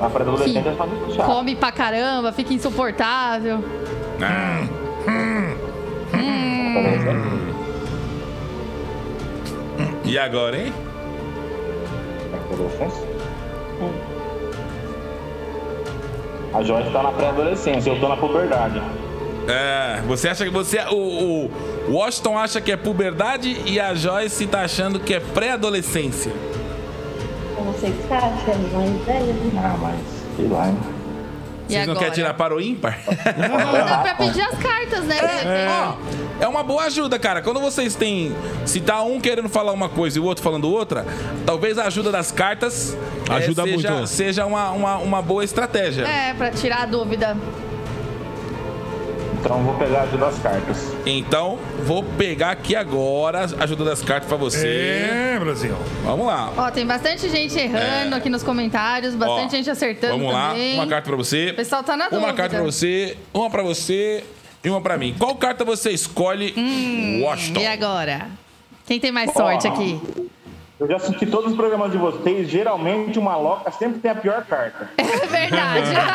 Speaker 7: A pré-adolescente
Speaker 2: que
Speaker 7: é a fase chata.
Speaker 2: Come pra caramba, fica insuportável.
Speaker 7: né?
Speaker 3: E agora, hein?
Speaker 7: Pré-adolescência? A Joyce tá na pré-adolescência, eu tô na puberdade.
Speaker 3: É, você acha que você. O, o Washington acha que é puberdade e a Joyce tá achando que é pré-adolescência.
Speaker 8: Eu não sei o que você acha, é mais velho.
Speaker 7: Ah, mas sei lá, hein?
Speaker 2: E
Speaker 3: Vocês não
Speaker 2: agora?
Speaker 3: querem tirar para o ímpar?
Speaker 2: Dá pra pedir as cartas, né?
Speaker 3: Ó, é uma boa ajuda, cara. Quando vocês têm. Se tá um querendo falar uma coisa e o outro falando outra, talvez a ajuda das cartas é,
Speaker 5: Ajuda
Speaker 3: seja,
Speaker 5: muito.
Speaker 3: seja uma, uma, uma boa estratégia.
Speaker 2: É, pra tirar a dúvida.
Speaker 7: Então eu vou pegar a ajuda das cartas.
Speaker 3: Então, vou pegar aqui agora a ajuda das cartas pra você.
Speaker 4: É, Brasil.
Speaker 3: Vamos lá.
Speaker 2: Ó, tem bastante gente errando aqui nos comentários, bastante
Speaker 3: É. Ó,
Speaker 2: gente acertando
Speaker 3: Vamos lá,
Speaker 2: também.
Speaker 3: uma carta pra você.
Speaker 2: O pessoal tá na
Speaker 3: Uma
Speaker 2: dúvida.
Speaker 3: carta pra você, uma pra você e uma pra mim. Qual carta você escolhe, Washington?
Speaker 2: Hum, E agora? Quem tem mais sorte
Speaker 7: Ó.
Speaker 2: aqui?
Speaker 7: Eu já assisti todos os programas de vocês, geralmente uma loca sempre tem a pior carta.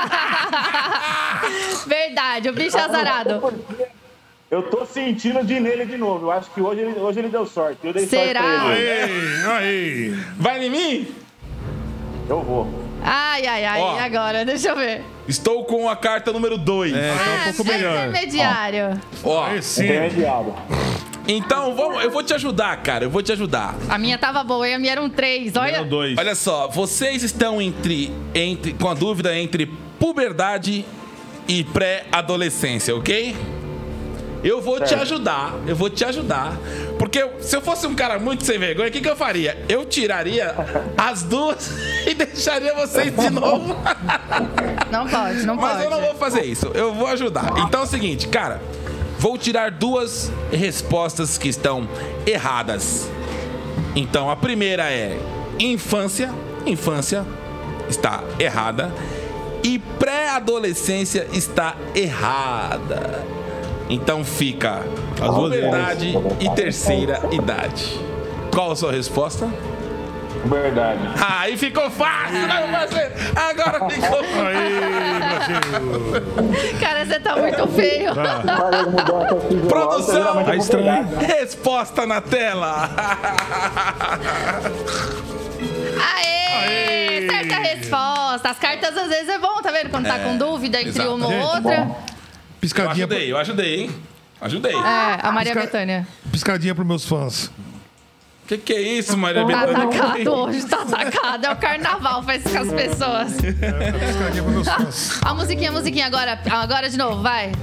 Speaker 2: É verdade. verdade, o bicho é azarado.
Speaker 7: Eu tô sentindo o Dinelli de novo. Eu acho que hoje ele, hoje ele deu sorte. Eu dei
Speaker 2: Será?
Speaker 7: sorte pra ele.
Speaker 4: Ei, aí.
Speaker 3: Vai em mim?
Speaker 7: Eu vou.
Speaker 2: Ai, ai, ai,
Speaker 3: Ó.
Speaker 2: e agora? Deixa eu ver.
Speaker 3: Estou com a carta número 2.
Speaker 4: Então,
Speaker 6: É, tá
Speaker 4: Ah,
Speaker 6: um pouco
Speaker 2: é
Speaker 6: melhor.
Speaker 2: intermediário.
Speaker 3: Ó,
Speaker 4: Aí sim.
Speaker 7: Intermediado.
Speaker 3: então vamos, eu vou te ajudar, cara. Eu vou te ajudar.
Speaker 2: A minha tava boa e a minha era um 3. Olha.
Speaker 5: Eram dois.
Speaker 3: Olha só, vocês estão entre, entre com a dúvida entre puberdade e pré-adolescência, ok? Eu vou te ajudar, eu vou te ajudar. Porque se eu fosse um cara muito sem vergonha, o que, que eu faria? Eu tiraria as duas e deixaria vocês de novo.
Speaker 2: Não pode, não
Speaker 3: Mas um-
Speaker 2: pode.
Speaker 3: eu não vou fazer isso, eu vou ajudar. Então é o seguinte, cara, vou tirar duas respostas que estão erradas. Então a primeira é infância, infância está errada e pré-adolescência está errada. Então fica a
Speaker 5: duas
Speaker 3: puberdade e terceira idade. Qual a sua resposta?
Speaker 7: Verdade.
Speaker 3: Aí ficou fácil, né, parceiro? Agora ficou fácil.
Speaker 2: Cara, você tá muito feio.
Speaker 3: Produção!
Speaker 7: é
Speaker 5: Tá estranho.
Speaker 3: Resposta na tela!
Speaker 2: Aê! Certa resposta. As cartas às vezes é bom, tá vendo? Quando tá com dúvida entre
Speaker 3: exato.
Speaker 2: uma ou
Speaker 4: Gente,
Speaker 2: outra.
Speaker 3: Eu
Speaker 4: Piscadinha,
Speaker 3: ajudei, eu ajudei, hein? Ajudei.
Speaker 2: É, a Maria
Speaker 4: Os car-
Speaker 2: Bethânia.
Speaker 4: piscadinha pros meus fãs.
Speaker 3: Que que é isso, Maria
Speaker 2: Tá atacado
Speaker 3: Bethânia?
Speaker 2: hoje, tá atacado. É o carnaval, faz isso com as pessoas.
Speaker 4: Piscadinha pros meus fãs.
Speaker 2: A musiquinha, a musiquinha agora. Agora de novo, vai.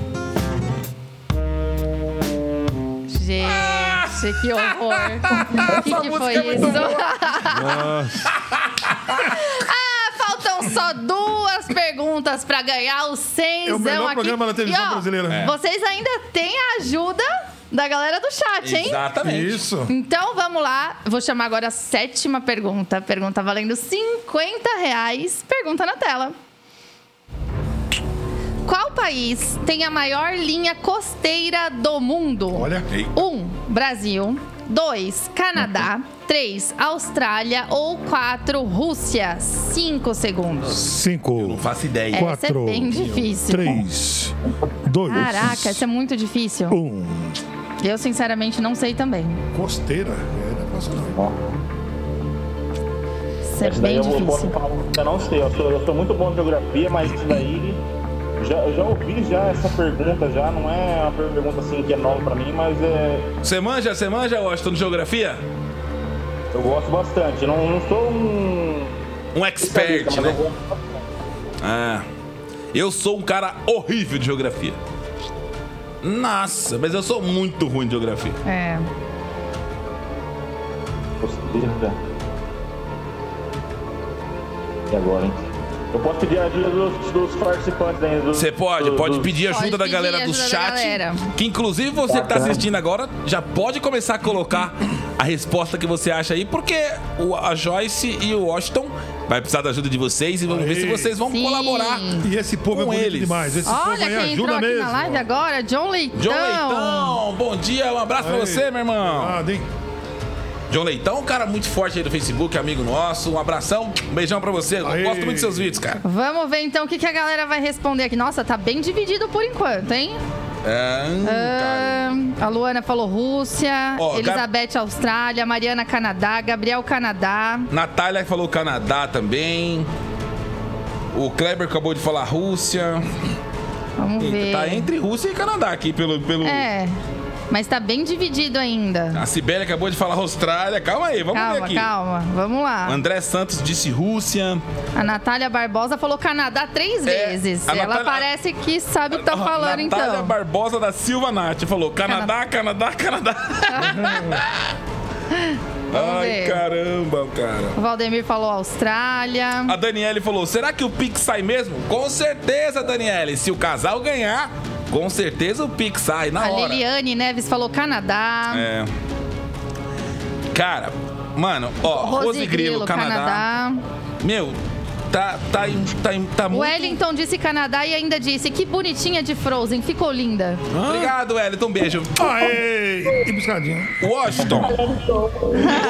Speaker 2: Gente, que horror. O que, que foi isso? Ah, Faltam só duas perguntas pra ganhar o
Speaker 4: É o
Speaker 2: seisão
Speaker 4: melhor
Speaker 2: aqui.
Speaker 4: programa da televisão
Speaker 2: E, ó,
Speaker 4: brasileira. É.
Speaker 2: Vocês ainda têm a ajuda da galera do chat, hein?
Speaker 3: Exatamente.
Speaker 4: Isso.
Speaker 2: Então vamos lá, vou chamar agora a sétima pergunta. Pergunta valendo 50 reais. Pergunta na tela. Qual país tem a maior linha costeira do mundo?
Speaker 4: Olha.
Speaker 2: 1. Brasil. 2. Canadá.
Speaker 4: Uhum.
Speaker 2: 3. Austrália. Ou 4. Rússia. 5 segundos.
Speaker 4: 5,
Speaker 3: Faço ideia.
Speaker 2: Essa é
Speaker 4: 4,
Speaker 2: bem difícil.
Speaker 4: 3, 2,
Speaker 2: Caraca, isso é muito difícil.
Speaker 4: 1.
Speaker 2: Eu, sinceramente, não sei também.
Speaker 4: Costeira. É, não é fácil não.
Speaker 2: Isso é
Speaker 7: Esse daí
Speaker 2: bem
Speaker 7: eu vou
Speaker 2: É difícil.
Speaker 4: é
Speaker 7: um, posso falar, eu não sei. Eu sou, eu sou muito bom em geografia, mas isso daí já, eu já ouvi já essa pergunta, já não é uma pergunta assim que é nova pra mim, mas é,
Speaker 3: Você manja, você manja, Washington, de geografia?
Speaker 7: eu gosto bastante. Não, não sou um.
Speaker 3: Um expert,
Speaker 7: especialista, mas eu
Speaker 3: né?
Speaker 7: gosto bastante.
Speaker 3: Ah, eu sou um cara horrível de geografia. Nossa, mas eu sou muito ruim de geografia.
Speaker 2: É.
Speaker 7: Costeira. E agora, hein? Eu posso pedir a ajuda dos, dos participantes ainda. dos-
Speaker 3: Você pode,
Speaker 7: dos-
Speaker 3: pode
Speaker 7: dos-
Speaker 3: pedir ajuda
Speaker 2: Pode
Speaker 3: da
Speaker 2: pedir
Speaker 3: galera do
Speaker 2: ajuda da
Speaker 3: chat.
Speaker 2: galera.
Speaker 3: Que inclusive você que tá assistindo agora já pode começar a colocar a resposta que você acha aí, porque o- a Joyce e o Washington vai precisar da ajuda de vocês e vamos ver se vocês vão
Speaker 2: Sim.
Speaker 3: colaborar.
Speaker 4: E esse povo é
Speaker 3: Com
Speaker 4: bonito
Speaker 3: eles.
Speaker 4: demais. Esse povo
Speaker 2: Olha
Speaker 4: aí
Speaker 2: quem entrou
Speaker 4: ajuda
Speaker 2: aqui
Speaker 4: mesmo.
Speaker 2: na live agora, John Leitão.
Speaker 3: John Leitão, bom dia, um abraço pra
Speaker 4: Aí.
Speaker 3: você, meu irmão.
Speaker 4: Ah, hein?
Speaker 3: John Leitão, um cara muito forte aí do Facebook, amigo nosso. Um abração, um beijão pra você. Eu
Speaker 4: Aí.
Speaker 3: Gosto muito dos seus vídeos, cara.
Speaker 2: Vamos ver então o que, que a galera vai responder aqui. Nossa, tá bem dividido por enquanto, hein?
Speaker 3: É,
Speaker 2: Ahn, a Luana falou Rússia,
Speaker 3: Ó, Gab-
Speaker 2: Elizabeth Austrália, Mariana Canadá, Gabriel Canadá.
Speaker 3: Natália falou Canadá também. O Kleber acabou de falar Rússia.
Speaker 2: Vamos ver.
Speaker 3: Tá entre Rússia e Canadá aqui pelo. pelo...
Speaker 2: É, mas tá bem dividido ainda.
Speaker 3: A Sibélia acabou de falar Austrália. Calma aí, Ah, vamos ver
Speaker 2: calma,
Speaker 3: aqui.
Speaker 2: calma. Vamos lá.
Speaker 3: André Santos disse Rússia.
Speaker 2: A Natália Barbosa falou Canadá três
Speaker 3: É,
Speaker 2: vezes.
Speaker 3: a
Speaker 2: Ela
Speaker 3: Natália-
Speaker 2: parece que sabe o que tá falando,
Speaker 3: Natália
Speaker 2: então.
Speaker 3: Barbosa da Silva Nath falou Canadá, Canadá, Canadá. Ai,
Speaker 2: ver.
Speaker 3: caramba, cara.
Speaker 2: O Valdemir falou Austrália.
Speaker 3: A Daniele falou: será que o Pix sai mesmo? Com certeza, Daniele. Se o casal ganhar, com certeza o Pix sai na
Speaker 2: A
Speaker 3: hora.
Speaker 2: Liliane Neves falou Canadá.
Speaker 3: É. Cara, mano, ó, Rose, Grilo, Canadá. Meu, tá, tá, em- tá, em- tá
Speaker 2: O
Speaker 3: muito.
Speaker 2: Wellington disse Canadá e ainda disse que bonitinha de Frozen, ficou linda.
Speaker 3: Obrigado, Wellington. Um beijo.
Speaker 4: Aê! E buscadinha.
Speaker 3: Washington.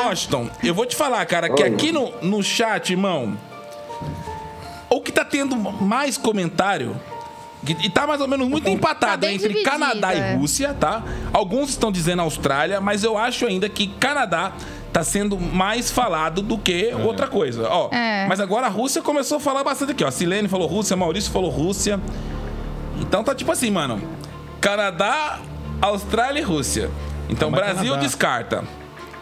Speaker 3: Washington, eu vou te falar, cara, que aqui no, no chat, irmão, o que tá tendo mais comentário. que- E tá mais ou menos muito empatado
Speaker 2: bem
Speaker 3: entre
Speaker 2: dividido,
Speaker 3: Canadá
Speaker 2: é.
Speaker 3: e Rússia, tá? Alguns estão dizendo Austrália, mas eu acho ainda que Canadá tá sendo mais falado do que outra coisa. Ó,
Speaker 2: É.
Speaker 3: mas agora a Rússia começou a falar bastante aqui, ó. Silene falou Rússia, Maurício falou Rússia. Então tá tipo assim, mano. Canadá, Austrália e Rússia. Então Brasil
Speaker 6: Canadá.
Speaker 3: descarta.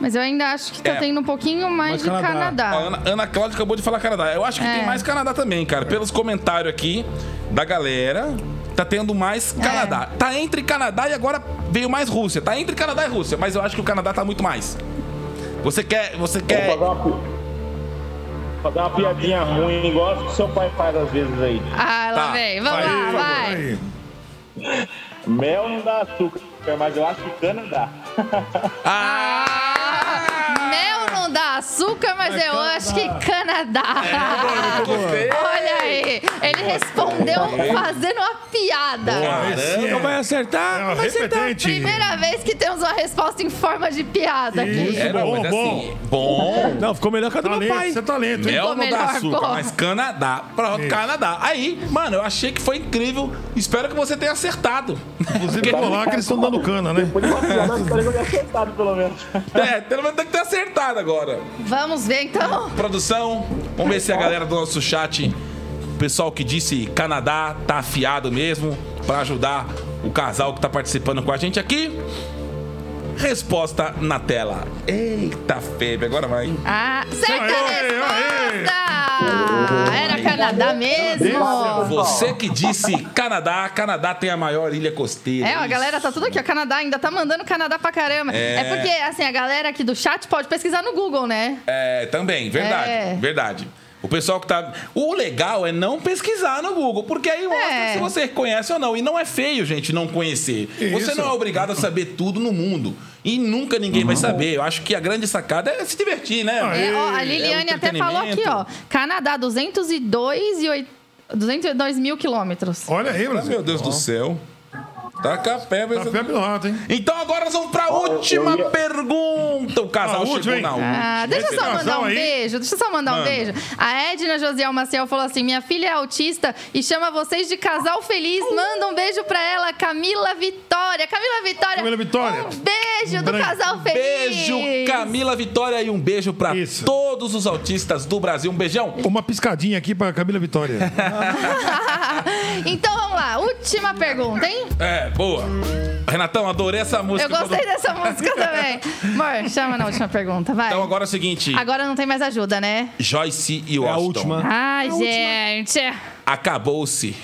Speaker 2: Mas eu ainda acho que tá
Speaker 3: É.
Speaker 2: tendo um pouquinho mais
Speaker 6: Mas
Speaker 2: de Canadá.
Speaker 6: Canadá.
Speaker 3: A Ana, Ana Cláudia acabou de falar Canadá. Eu acho que
Speaker 2: Ah. É.
Speaker 3: tem mais Canadá também, cara. Pelos comentários aqui da galera, tá tendo mais
Speaker 2: É.
Speaker 3: Canadá. Tá entre Canadá e agora veio mais Rússia. Tá entre Canadá e Rússia, mas eu acho que o Canadá tá muito mais. Você quer. Você
Speaker 7: Vou
Speaker 3: quer.
Speaker 7: fazer uma, pi- fazer uma piadinha ruim, igual que seu pai faz às vezes aí.
Speaker 2: Ah, lá
Speaker 3: Tá.
Speaker 2: vem. Vamos
Speaker 3: Vai,
Speaker 2: lá,
Speaker 3: por favor,
Speaker 2: vai.
Speaker 4: Aí.
Speaker 7: Mel não dá açúcar, mas eu acho que cana dá.
Speaker 2: Ah, Mel não dá açúcar, mas eu acho que
Speaker 3: É,
Speaker 2: Canadá.
Speaker 3: Gostei.
Speaker 2: Olha aí, ele respondeu fazendo uma piada.
Speaker 6: Não vai acertar?
Speaker 4: É uma
Speaker 6: vai acertar.
Speaker 4: repetente.
Speaker 2: tá Primeira vez que temos uma resposta em forma de piada aqui.
Speaker 4: Isso.
Speaker 3: É, não,
Speaker 4: Bom,
Speaker 3: mas
Speaker 4: bom.
Speaker 3: assim. Bom.
Speaker 6: Não, ficou melhor que a do meu pai.
Speaker 4: Talento, você é talento, hein?
Speaker 3: Mel não dá
Speaker 2: melhor,
Speaker 3: açúcar,
Speaker 2: pô.
Speaker 3: mas Canadá. Pronto, Canadá. Aí, mano, eu achei que foi incrível. Espero que você tenha acertado.
Speaker 4: Inclusive, vou lá que eles estão dando cana, né?
Speaker 7: Por isso, eu espero que eu tenha acertado, pelo menos.
Speaker 3: É, pelo menos tem que ter acertado agora.
Speaker 2: Vamos ver então.
Speaker 3: Produção, vamos ver se a galera do nosso chat, o pessoal que disse Canadá, tá afiado mesmo, pra ajudar o casal que tá participando com a gente aqui. Resposta na tela. Eita, Febe, agora vai.
Speaker 2: Ah, certa
Speaker 4: Aê, aê.
Speaker 2: resposta! Era Canadá mesmo.
Speaker 3: Você que disse Canadá, Canadá tem a maior ilha costeira.
Speaker 2: É, ó, a galera tá tudo aqui, ó. Canadá ainda tá mandando Canadá pra caramba.
Speaker 3: É.
Speaker 2: É, porque, assim, a galera aqui do chat pode pesquisar no Google, né?
Speaker 3: É, também, verdade,
Speaker 2: É.
Speaker 3: verdade. O pessoal que tá. O legal é não pesquisar no Google, porque aí mostra
Speaker 2: É.
Speaker 3: se você conhece ou não. E não é feio, gente, não conhecer. Você
Speaker 4: Isso.
Speaker 3: não é obrigado a saber tudo no mundo. E nunca ninguém vai saber. Eu acho que a grande sacada é se divertir, né?
Speaker 4: Ah,
Speaker 2: É, ó, a
Speaker 4: Ei,
Speaker 2: Liliane
Speaker 3: Uhum. é um
Speaker 2: até falou aqui, ó.
Speaker 3: entretenimento.
Speaker 2: Canadá, 202 e oit- 202 mil quilômetros.
Speaker 4: Olha aí,
Speaker 3: Ah, meu
Speaker 4: Brasil.
Speaker 3: Deus do céu. Tá com a pé, mas-
Speaker 4: Tá febre do rato, hein?
Speaker 3: Então agora nós vamos pra última
Speaker 7: eu ia-
Speaker 3: pergunta. O casal
Speaker 4: A
Speaker 3: chegou
Speaker 4: última, hein?
Speaker 3: na última.
Speaker 2: Ah, deixa eu
Speaker 4: Esse
Speaker 2: só mandar
Speaker 4: casal
Speaker 2: um
Speaker 4: aí-
Speaker 2: beijo. Deixa eu só mandar um
Speaker 3: Manda.
Speaker 2: beijo. A Edna Josiel Maciel falou assim: minha filha é autista e chama vocês de casal feliz. Manda um beijo pra ela, Camila Vitória. Camila Vitória.
Speaker 4: Camila Vitória.
Speaker 2: Um beijo do
Speaker 4: Branco.
Speaker 2: casal feliz.
Speaker 3: Beijo, Camila Vitória, e um beijo pra
Speaker 4: Isso.
Speaker 3: todos os autistas do Brasil. Um beijão.
Speaker 4: Uma piscadinha aqui pra Camila Vitória.
Speaker 2: Então vamos lá, última pergunta, hein?
Speaker 3: É, boa. Renatão, adorei essa música. tá
Speaker 2: Eu gostei
Speaker 3: Quando-
Speaker 2: dessa
Speaker 3: Então,
Speaker 2: música também. Amor, chama na última pergunta, vai.
Speaker 3: Então agora é o seguinte:
Speaker 2: Agora não tem mais ajuda, né?
Speaker 3: Joyce e
Speaker 6: É
Speaker 3: Washington.
Speaker 6: a última.
Speaker 2: Ai, gente.
Speaker 3: Acabou-se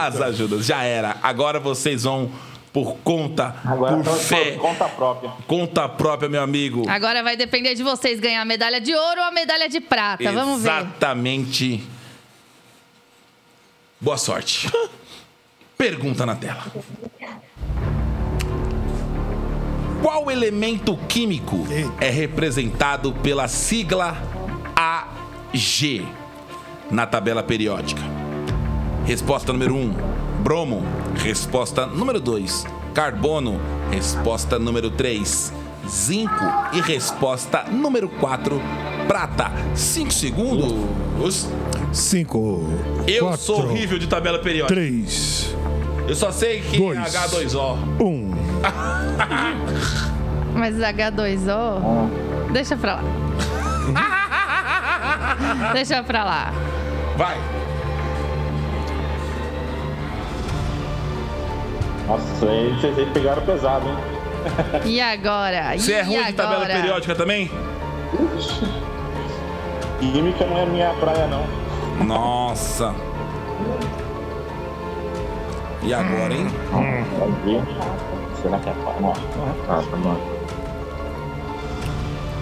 Speaker 3: as ajudas. Já era. Agora vocês vão por conta,
Speaker 7: Agora
Speaker 3: por
Speaker 7: então,
Speaker 3: fé,
Speaker 7: por conta própria.
Speaker 3: conta própria, meu amigo.
Speaker 2: Agora vai depender de vocês ganhar a medalha de ouro ou a medalha de prata. Vamos ver.
Speaker 3: Exatamente. Boa sorte. Pergunta na tela. Qual elemento químico é representado pela sigla AG na tabela periódica? Resposta número 1, um, bromo. Resposta número 2, carbono. Resposta número 3, zinco. E resposta número 4, prata. 5 segundos.
Speaker 4: Cinco.
Speaker 3: Eu
Speaker 4: quatro,
Speaker 3: sou horrível de tabela periódica.
Speaker 4: Três.
Speaker 3: Eu só sei que
Speaker 4: Dois.
Speaker 3: é H2O.
Speaker 4: Um.
Speaker 2: Mas H2O. Deixa pra lá. Deixa pra lá.
Speaker 3: Vai.
Speaker 7: Nossa, aí vocês aí pegaram pesado, hein?
Speaker 2: E agora?
Speaker 3: Você
Speaker 2: e
Speaker 3: é ruim
Speaker 2: agora?
Speaker 3: de tabela periódica também?
Speaker 7: Química não é minha praia, não.
Speaker 3: Nossa. E agora, hein?
Speaker 7: Vai ver. Será que é praia? Não, não é praia, mano.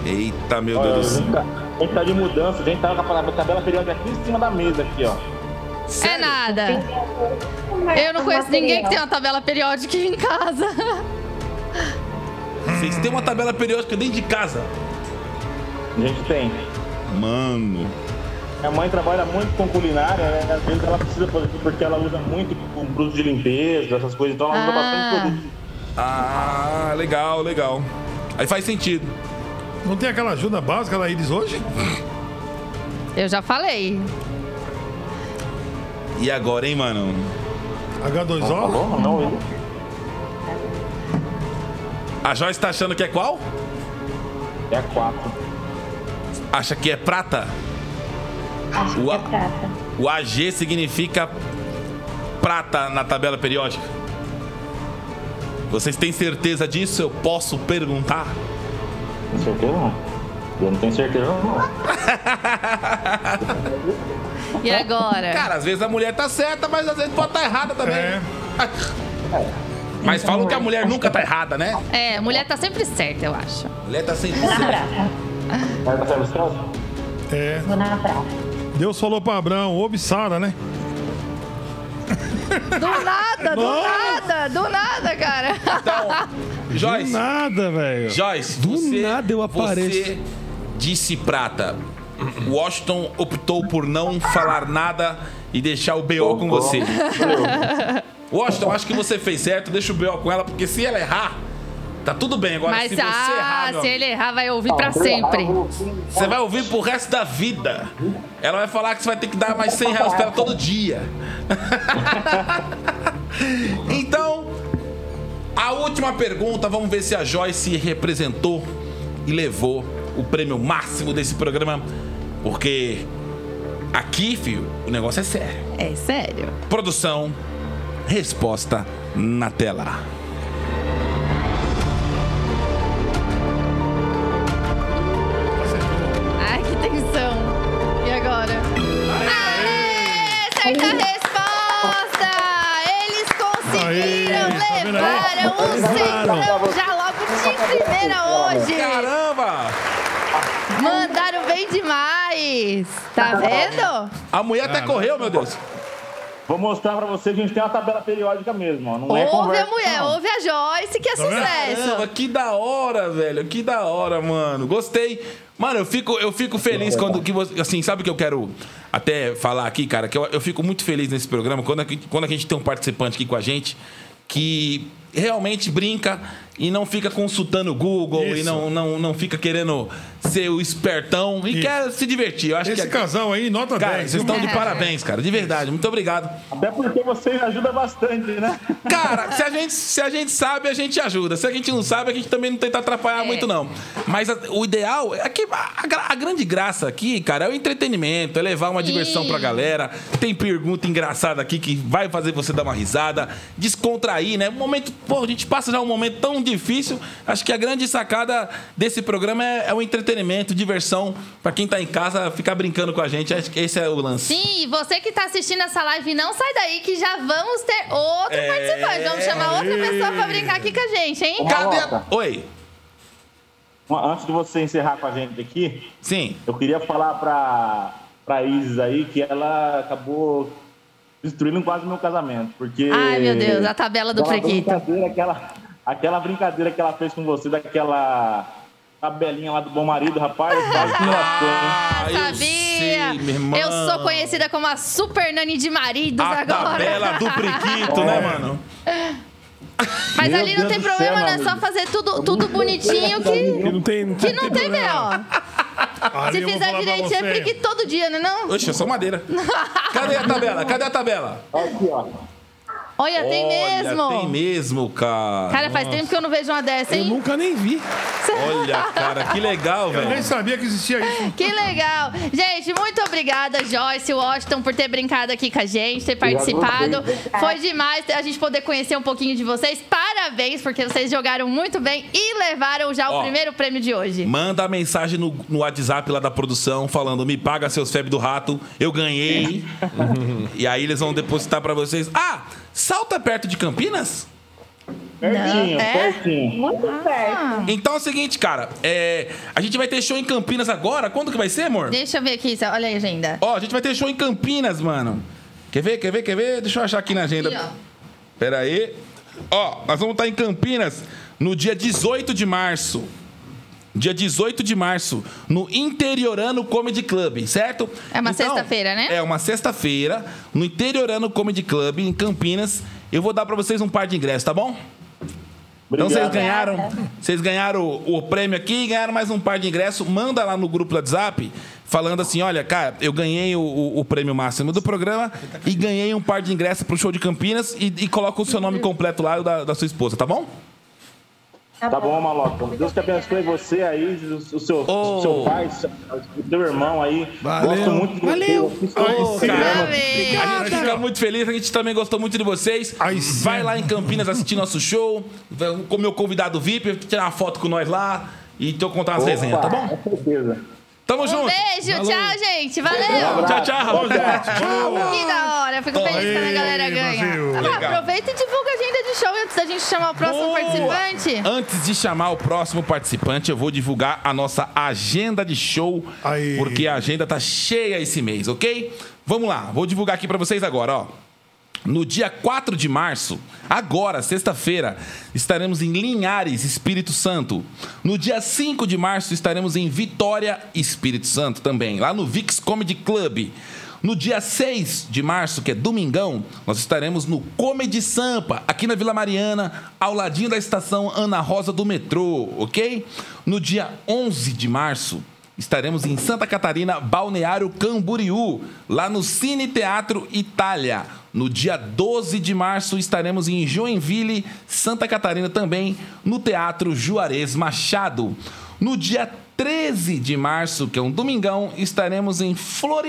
Speaker 3: Eita, meu
Speaker 7: Olha, a
Speaker 3: Deus do céu.
Speaker 7: gente tá- a gente tá de mudança, a gente tá com a tabela periódica aqui em cima da mesa, aqui, ó.
Speaker 2: É nada. Eu não conheço ninguém que tem uma tabela periódica em casa.
Speaker 3: Vocês têm uma tabela periódica dentro de casa.
Speaker 7: A gente tem.
Speaker 3: Mano.
Speaker 7: Minha mãe trabalha muito com culinária, né? às vezes ela precisa fazer porque ela usa muito com produto de limpeza, essas coisas, então ela usa
Speaker 2: Ah.
Speaker 7: bastante produto.
Speaker 3: Ah, legal, legal. Aí faz sentido.
Speaker 4: Não tem aquela ajuda básica da Iris hoje?
Speaker 2: Eu já falei.
Speaker 3: E agora, hein, mano?
Speaker 4: H2O?
Speaker 7: Falou? Não, eu-
Speaker 3: A Joyce tá achando que é qual?
Speaker 7: é quatro.
Speaker 3: Acha que é prata?
Speaker 8: Acho que
Speaker 3: Ua-
Speaker 8: é prata.
Speaker 3: O AG significa prata na tabela periódica. Vocês têm certeza disso? Eu posso perguntar?
Speaker 7: Não sei o que não. Eu não tenho certeza não.
Speaker 2: E agora?
Speaker 3: Cara, às vezes a mulher tá certa, mas às vezes pode estar errada também.
Speaker 4: É.
Speaker 3: Mas falam que a mulher nunca tá errada, né?
Speaker 2: É, mulher tá sempre certa, eu acho.
Speaker 3: A mulher tá sempre
Speaker 8: Vou na
Speaker 3: certa.
Speaker 8: prata.
Speaker 7: Mas tá certo, Celso?
Speaker 4: É.
Speaker 8: Vou
Speaker 2: um
Speaker 8: na prata.
Speaker 4: Deus falou pra Abraão, ouve Sara, né?
Speaker 2: Do nada, do nada, do nada, cara.
Speaker 3: Então, Joyce,
Speaker 6: Nada, velho.
Speaker 3: Joyce,
Speaker 6: É. Do
Speaker 3: você,
Speaker 6: nada eu apareço.
Speaker 3: Você disse prata. Washington optou por não falar nada e deixar o BO com você. Washington, acho que você fez certo, deixa o BO com ela, porque se ela errar, tá tudo bem. Agora,
Speaker 2: Mas
Speaker 3: se você errar,
Speaker 2: ah,
Speaker 3: meu
Speaker 2: se
Speaker 3: amigo,
Speaker 2: ele errar, vai ouvir pra sempre.
Speaker 3: você vai ouvir pro resto da vida. Ela vai falar que você vai ter que dar mais 100 reais pra ela todo dia. então, a última pergunta, vamos ver se a Joyce representou e levou o prêmio máximo desse programa. Porque aqui, filho, o negócio é sério.
Speaker 2: É sério.
Speaker 3: Produção, resposta na tela.
Speaker 2: Ai, que tensão. E agora?
Speaker 3: é.
Speaker 2: Aê! Certa resposta! Eles conseguiram,
Speaker 4: Aê, tá vendo aí?
Speaker 2: levaram o centrão já logo de primeira hoje.
Speaker 3: Caramba!
Speaker 2: Mandaram bem demais. Tá vendo?
Speaker 3: A mulher até correu, meu Deus.
Speaker 7: Vou mostrar pra vocês, a gente tem uma tabela periódica mesmo, ó. Não é
Speaker 2: Ouve a
Speaker 7: conversa,
Speaker 2: mulher,
Speaker 7: não.
Speaker 2: ouve a Joyce,
Speaker 4: Tá
Speaker 2: que é
Speaker 3: Caramba,
Speaker 2: sucesso.
Speaker 3: que da hora, velho. Que da hora, mano. Gostei. Mano, eu fico, eu fico feliz quando que você. Assim, sabe o que eu quero até falar aqui, cara? Que eu, eu fico muito feliz nesse programa quando a, gente- quando a gente tem um participante aqui com a gente que realmente brinca e não fica consultando o Google e não, não, não fica querendo ser o espertão e quer se divertir. Eu acho
Speaker 4: Esse
Speaker 3: que é
Speaker 4: casal aí, nota
Speaker 3: Cara,
Speaker 4: 10.
Speaker 3: vocês
Speaker 4: viu?
Speaker 3: estão de parabéns, cara. De verdade. Muito obrigado.
Speaker 7: Até porque vocês ajudam bastante, né?
Speaker 3: Cara, se a, gente, se a gente sabe, a gente ajuda. Se a gente não sabe, a gente também não tenta atrapalhar
Speaker 2: É.
Speaker 3: muito, não. Mas a- o ideal é que a, gra- a grande graça aqui, cara, é o entretenimento, é levar uma diversão
Speaker 2: Ih.
Speaker 3: pra galera. Tem pergunta engraçada aqui que vai fazer você dar uma risada, descontrair, né? Um momento, pô, a gente passa já um momento tão difícil. Acho que a grande sacada desse programa é, é o entretenimento, diversão. Pra quem tá em casa, ficar brincando com a gente. Acho que esse é o lance.
Speaker 2: Sim, e você que tá assistindo essa live, não sai daí que já vamos ter outro
Speaker 3: É.
Speaker 2: participante. Vamos chamar outra pessoa pra brincar aqui com a gente, hein?
Speaker 3: Cadê? a-
Speaker 7: Malota.
Speaker 3: Oi.
Speaker 7: Antes de você encerrar com a gente aqui,
Speaker 3: Sim.
Speaker 7: eu queria falar pra, pra Isis aí que ela acabou destruindo quase meu casamento. Porque.
Speaker 2: Ai, meu Deus, a tabela do
Speaker 7: aquela
Speaker 2: Frequito.
Speaker 7: brincadeira que ela- aquela brincadeira que ela fez com você, daquela tabelinha lá do bom marido, rapaz, quase que me lascou, hein?
Speaker 2: Ah,
Speaker 3: eu
Speaker 2: sabia!
Speaker 3: sei, meu irmão.
Speaker 2: eu sou conhecida como a Super Nani de Maridos
Speaker 3: A
Speaker 2: agora.
Speaker 3: tabela do priquito, né, mano?
Speaker 2: Mas
Speaker 7: Meu
Speaker 2: ali não
Speaker 7: Deus
Speaker 2: tem
Speaker 7: do
Speaker 2: problema,
Speaker 7: céu,
Speaker 2: né? É só
Speaker 7: amigo.
Speaker 2: fazer tudo, tudo bonitinho que,
Speaker 6: Que não tem. Não
Speaker 2: que
Speaker 6: tem
Speaker 2: não tem B.O.
Speaker 4: Ali
Speaker 2: Se
Speaker 4: Ah, eu vou
Speaker 2: fizer
Speaker 4: falar pra
Speaker 2: direitinho,
Speaker 4: você.
Speaker 2: é porque todo dia, né? Não?
Speaker 3: Oxe, é só madeira. Cadê a tabela? Cadê a tabela?
Speaker 7: Aqui, ó.
Speaker 2: Olha, tem
Speaker 3: Olha,
Speaker 2: mesmo.
Speaker 3: Tem mesmo, cara.
Speaker 2: Cara, faz tempo que eu não vejo uma dessa,
Speaker 6: Eu
Speaker 2: hein?
Speaker 6: nunca nem vi.
Speaker 3: Olha, cara, que legal,
Speaker 4: Eu nem
Speaker 3: velho.
Speaker 4: sabia que existia isso.
Speaker 2: Que legal! Gente, muito obrigada, Joyce Washington, por ter brincado aqui com a gente, ter participado. Foi demais a gente poder conhecer um pouquinho de vocês. Parabéns, porque vocês jogaram muito bem e levaram já o
Speaker 3: Ó.
Speaker 2: primeiro prêmio de hoje.
Speaker 3: Manda a mensagem no, no WhatsApp lá da produção falando: me paga seus febres do rato, eu ganhei. e aí eles vão depositar pra vocês. Ah, salta perto de Campinas?
Speaker 7: Pertinho,
Speaker 2: é?
Speaker 7: pertinho.
Speaker 8: Muito
Speaker 2: Ah.
Speaker 8: perto.
Speaker 3: Então é o seguinte, cara. é, a gente vai ter show em Campinas agora. Quando que vai ser, amor?
Speaker 2: Deixa eu ver aqui, Isa, olha aí a agenda.
Speaker 3: Ó, a gente vai ter show em Campinas, mano. Quer ver, quer ver, quer ver? Deixa eu achar aqui na agenda.
Speaker 2: Aqui, ó.
Speaker 3: Pera aí. Ó, nós vamos estar em Campinas no dia 18 de março. Dia 18 de março, no Interiorano Comedy Club, certo?
Speaker 2: É uma sexta-feira, né?
Speaker 3: É uma sexta-feira, no Interiorano Comedy Club, em Campinas. Eu vou dar pra vocês um par de ingressos, tá bom? Então vocês
Speaker 7: Obrigado.
Speaker 3: ganharam, vocês ganharam o, o prêmio aqui e ganharam mais um par de ingressos. Manda lá no grupo do WhatsApp falando assim: olha, cara, eu ganhei o, o- o prêmio máximo do programa e ganhei um par de ingressos pro show de Campinas e, e coloca o seu nome completo lá e o da, da sua esposa, tá bom?
Speaker 7: Tá bom, Maloca. Deus te abençoe você aí, o o seu,
Speaker 3: Oh.
Speaker 7: o seu pai, o seu irmão aí.
Speaker 6: Valeu.
Speaker 7: Gosto muito de você.
Speaker 6: Valeu.
Speaker 7: Assisto
Speaker 4: Aí
Speaker 7: você.
Speaker 4: sim,
Speaker 3: cara.
Speaker 4: ela-
Speaker 2: Amém.
Speaker 3: A gente fica muito feliz, a gente também gostou muito de vocês.
Speaker 4: Aí sim.
Speaker 3: Vai lá em Campinas assistir nosso show, vai- com meu convidado VIP, tirar uma foto com nós lá e então contar umas resenhas, tá bom?
Speaker 7: Com certeza.
Speaker 3: Tamo
Speaker 2: Um
Speaker 3: junto!
Speaker 2: beijo, tchau, gente. Valeu!
Speaker 3: Tchau, tchau,
Speaker 4: Ô,
Speaker 3: rapaziada!
Speaker 4: gente, ô,
Speaker 2: Que da hora, fico feliz quando a galera
Speaker 4: Aí,
Speaker 2: ganha.
Speaker 4: Brasil.
Speaker 2: Tá bom,
Speaker 3: Legal.
Speaker 2: aproveita e divulga a agenda de show antes da gente chamar o próximo
Speaker 3: Boa!
Speaker 2: participante.
Speaker 3: Antes de chamar o próximo participante, eu vou divulgar a nossa agenda de show,
Speaker 4: Aí.
Speaker 3: porque a agenda tá cheia esse mês, ok? Vamos lá, vou divulgar aqui pra vocês agora, ó. No dia 4 de março, agora, sexta-feira, estaremos em Linhares, Espírito Santo. No dia 5 de março, estaremos em Vitória, Espírito Santo também, lá no Vix Comedy Club. No dia 6 de março, que é domingão, nós estaremos no Comedy Sampa, aqui na Vila Mariana, ao ladinho da estação Ana Rosa do metrô, ok? No dia 11 de março, Estaremos em Santa Catarina, Balneário Camboriú, lá no Cine Teatro Itália. No dia 12 de março estaremos em Joinville, Santa Catarina também, no Teatro Juarez Machado. No dia 13 de março, que é um domingão, estaremos em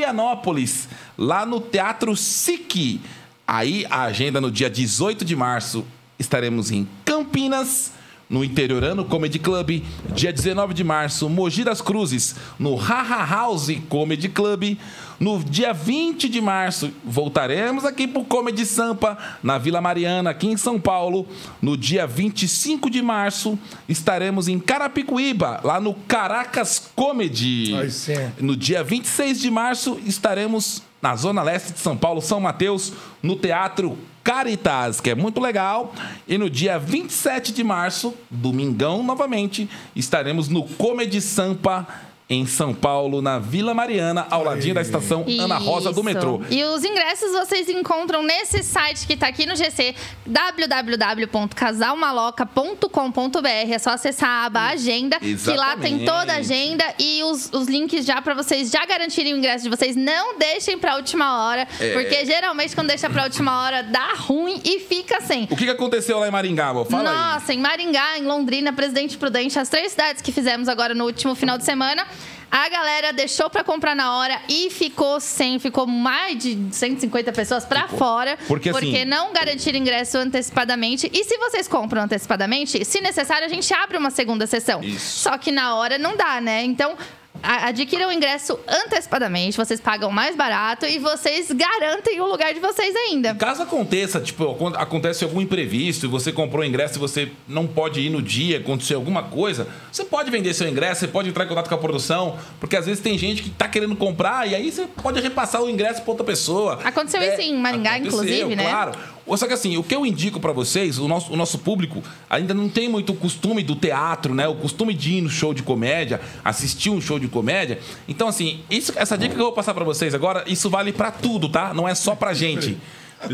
Speaker 3: Florianópolis, lá no Teatro SIC. Aí a agenda no dia 18 de março estaremos em Campinas, no Interiorano Comedy Club, dia 19 de março, Mogi das Cruzes, no Haha House Comedy Club. No dia 20 de março, voltaremos aqui pro Comedy Sampa, na Vila Mariana, aqui em São Paulo. No dia 25 de março, estaremos em Carapicuíba, lá no Caracas Comedy.
Speaker 4: Aí sim.
Speaker 3: No dia 26 de março, estaremos na Zona Leste de São Paulo, São Mateus, no Teatro Caritas, que é muito legal. E no dia 27 de março, domingão novamente, estaremos no Comedy Sampa, em São Paulo, na Vila Mariana, ao ladinho da estação Ana Rosa do
Speaker 2: Isso.
Speaker 3: metrô.
Speaker 2: E os ingressos vocês encontram nesse site que tá aqui no GC, www.casalmaloca.com.br. É só acessar a aba Agenda, que lá tem toda a
Speaker 3: Exatamente.
Speaker 2: agenda e os, os links já para vocês já garantirem o ingresso de vocês. Não deixem pra última hora,
Speaker 3: É.
Speaker 2: porque geralmente quando deixa pra última hora dá ruim e fica sem.
Speaker 3: O que, que aconteceu lá em Maringá, amor? Fala aí.
Speaker 2: Nossa, em Maringá, em Londrina, Presidente Prudente, as três cidades que fizemos agora no último final de semana. A galera deixou pra comprar na hora e ficou sem, ficou mais de 150 pessoas pra fora,
Speaker 3: Porque, assim,
Speaker 2: não garantiram ingresso antecipadamente. E se vocês compram antecipadamente, se necessário a gente abre uma segunda sessão.
Speaker 3: Isso.
Speaker 2: Só que na hora não dá, né? Então, a- adquiram o ingresso antecipadamente, vocês pagam mais barato e vocês garantem o lugar de vocês ainda.
Speaker 3: Caso aconteça, tipo, acon- acontece algum imprevisto, você comprou o ingresso e você não pode ir no dia, aconteceu alguma coisa, você pode vender seu ingresso, você pode entrar em contato com a produção, porque às vezes tem gente que tá querendo comprar e aí você pode repassar o ingresso pra outra pessoa.
Speaker 2: Aconteceu
Speaker 3: É,
Speaker 2: isso em Maringá,
Speaker 3: aconteceu,
Speaker 2: inclusive, né?
Speaker 3: Claro. Ou Só que assim, o que eu indico pra vocês, o nosso, o nosso público ainda não tem muito o costume do teatro, né? O costume de ir no show de comédia, assistir um show de comédia. Então, assim, isso, essa dica que eu vou passar pra vocês agora, isso vale pra tudo, tá? Não é só pra gente.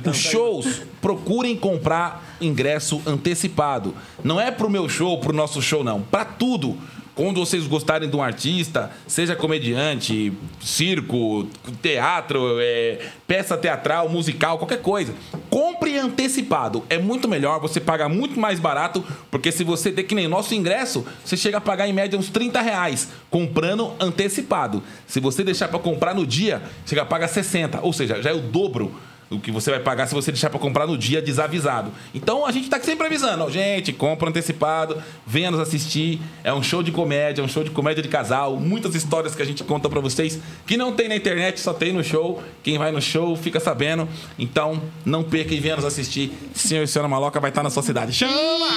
Speaker 3: Os shows, procurem comprar ingresso antecipado. Não é pro meu show, pro nosso show, não. Pra tudo. Quando vocês gostarem de um artista, seja comediante, circo, teatro, é, peça teatral, musical, qualquer coisa, compre antecipado. É muito melhor, você paga muito mais barato, porque se você der que nem nosso ingresso, você chega a pagar em média uns 30 reais, comprando antecipado. Se você deixar para comprar no dia, chega a pagar 60, ou seja, já é o dobro o que você vai pagar se você deixar para comprar no dia desavisado. Então a gente tá sempre avisando, ó, gente, compra antecipado, venha nos assistir, é um show de comédia, é um show de comédia de casal, muitas histórias que a gente conta para vocês que não tem na internet, só tem no show. Quem vai no show fica sabendo. Então não perca e venha nos assistir. Senhor e senhora Maloca vai estar na sua cidade. Chama!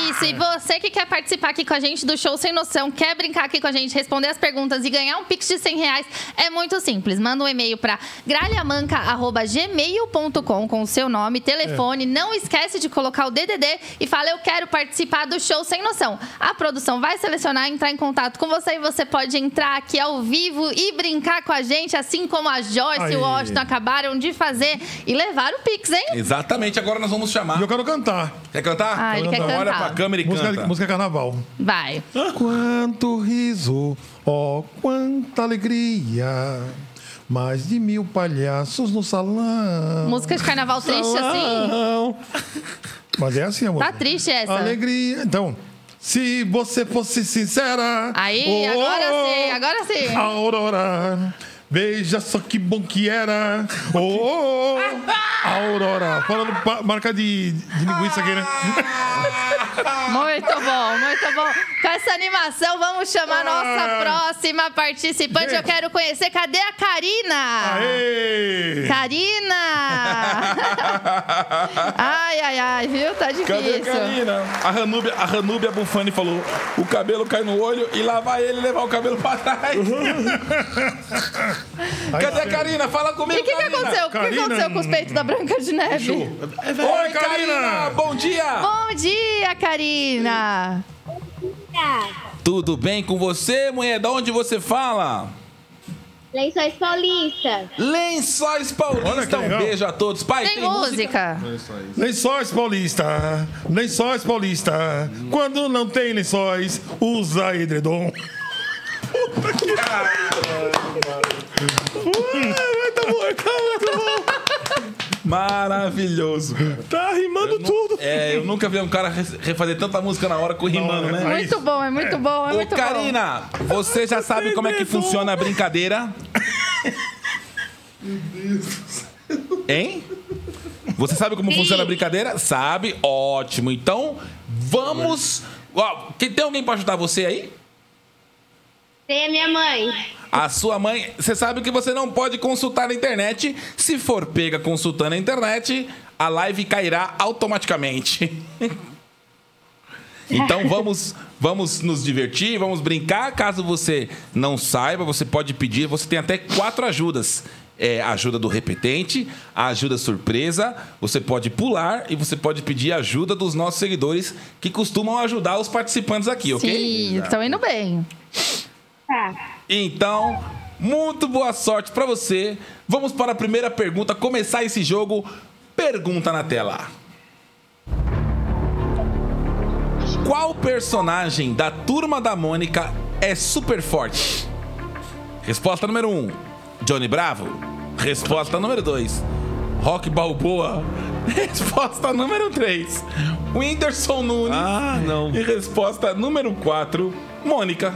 Speaker 2: Isso, e você que quer participar aqui com a gente do show Sem Noção, quer brincar aqui com a gente, responder as perguntas e ganhar um pix de 100 reais, é muito simples. Manda um e-mail para gralhamanca.gmail.com com o seu nome, telefone. Não esquece de colocar o DDD e fala, eu quero participar do show Sem Noção. A produção vai selecionar, entrar em contato com você e você pode entrar aqui ao vivo e brincar com a gente, assim como a Joyce e
Speaker 4: Aí.
Speaker 2: o Washington acabaram de fazer e levar o pix, hein?
Speaker 3: Exatamente, agora nós vamos chamar.
Speaker 4: E eu quero cantar.
Speaker 3: Quer cantar?
Speaker 2: Ah, ele
Speaker 4: quer
Speaker 3: Olha
Speaker 2: cantar.
Speaker 3: pra câmera e
Speaker 4: Música,
Speaker 3: canta.
Speaker 4: música carnaval.
Speaker 2: Vai.
Speaker 4: Quanto riso, ó, quanta alegria. Mais de mil palhaços no salão.
Speaker 2: Música de carnaval triste assim.
Speaker 4: Salão. Mas é assim, amor.
Speaker 2: Tá triste essa.
Speaker 4: Alegria. Então, se você fosse sincera.
Speaker 2: Aí,
Speaker 4: oh,
Speaker 2: agora
Speaker 4: oh,
Speaker 2: sim, agora sim.
Speaker 4: Aurora, veja só que bom que era. Oh, oh, oh. Aurora, falando pa- marca de, de linguiça aqui, né?
Speaker 2: Muito bom, muito bom. Com essa animação, vamos chamar nossa
Speaker 4: Ah.
Speaker 2: próxima participante. Eu
Speaker 4: Gente.
Speaker 2: quero conhecer. Cadê a Karina?
Speaker 4: Aê!
Speaker 2: Karina! ai, ai, ai, viu? Tá
Speaker 3: Cadê a
Speaker 2: difícil.
Speaker 3: Karina? A Ranúbia, a Ranúbia Bufani falou: o cabelo cai no olho e lá vai ele levar o cabelo pra trás. Cadê a Karina? Fala
Speaker 2: E
Speaker 3: comigo.
Speaker 2: o que, que
Speaker 3: Karina.
Speaker 2: aconteceu? O que que
Speaker 4: Karina.
Speaker 2: aconteceu com os peitos da Branca de Neve?
Speaker 3: Oi, Karina! Bom dia!
Speaker 2: Bom dia, Karina!
Speaker 3: Tudo bem com você, mulher? De onde você fala?
Speaker 10: Lençóis Paulista.
Speaker 3: Lençóis
Speaker 4: Olha que
Speaker 3: Paulista, um
Speaker 4: legal.
Speaker 3: beijo a todos. Pai,
Speaker 2: Tem música?
Speaker 4: Lençóis paulista, lençóis paulista. Quando não tem lençóis, usa edredom. tá é,
Speaker 3: Maravilhoso.
Speaker 6: Tá rimando tudo.
Speaker 3: É, eu nunca vi um cara re- refazer tanta música na hora com rimando, né?
Speaker 4: é
Speaker 2: Muito
Speaker 4: isso.
Speaker 2: bom, é muito bom, é
Speaker 3: Ô,
Speaker 2: muito bom.
Speaker 3: Karina, você já sabe como é que funciona a brincadeira? Hein? Você sabe como funciona a brincadeira? Sabe? Ótimo. Então, vamos. Ó, que- tem alguém pra ajudar você aí?
Speaker 10: Tem a minha mãe.
Speaker 3: A sua mãe. Você sabe que você não pode consultar na internet. Se for pega consultando a internet, a live cairá automaticamente. Então vamos, vamos nos divertir, vamos brincar. Caso você não saiba, você pode pedir. Você tem até quatro ajudas. É, a ajuda do repetente, a ajuda surpresa, você pode pular e você pode pedir a ajuda dos nossos seguidores que costumam ajudar os participantes aqui, ok?
Speaker 2: Sim, estão indo bem.
Speaker 10: Tá.
Speaker 3: Então, muito boa sorte pra você. Vamos para a primeira pergunta, começar esse jogo. Pergunta na tela. Qual personagem da Turma da Mônica é super forte? Resposta número 1, um, Johnny Bravo. Resposta número 2, Rock Balboa. Resposta número 3, Whindersson Nunes.
Speaker 6: Ah, não.
Speaker 3: E resposta número 4, Mônica.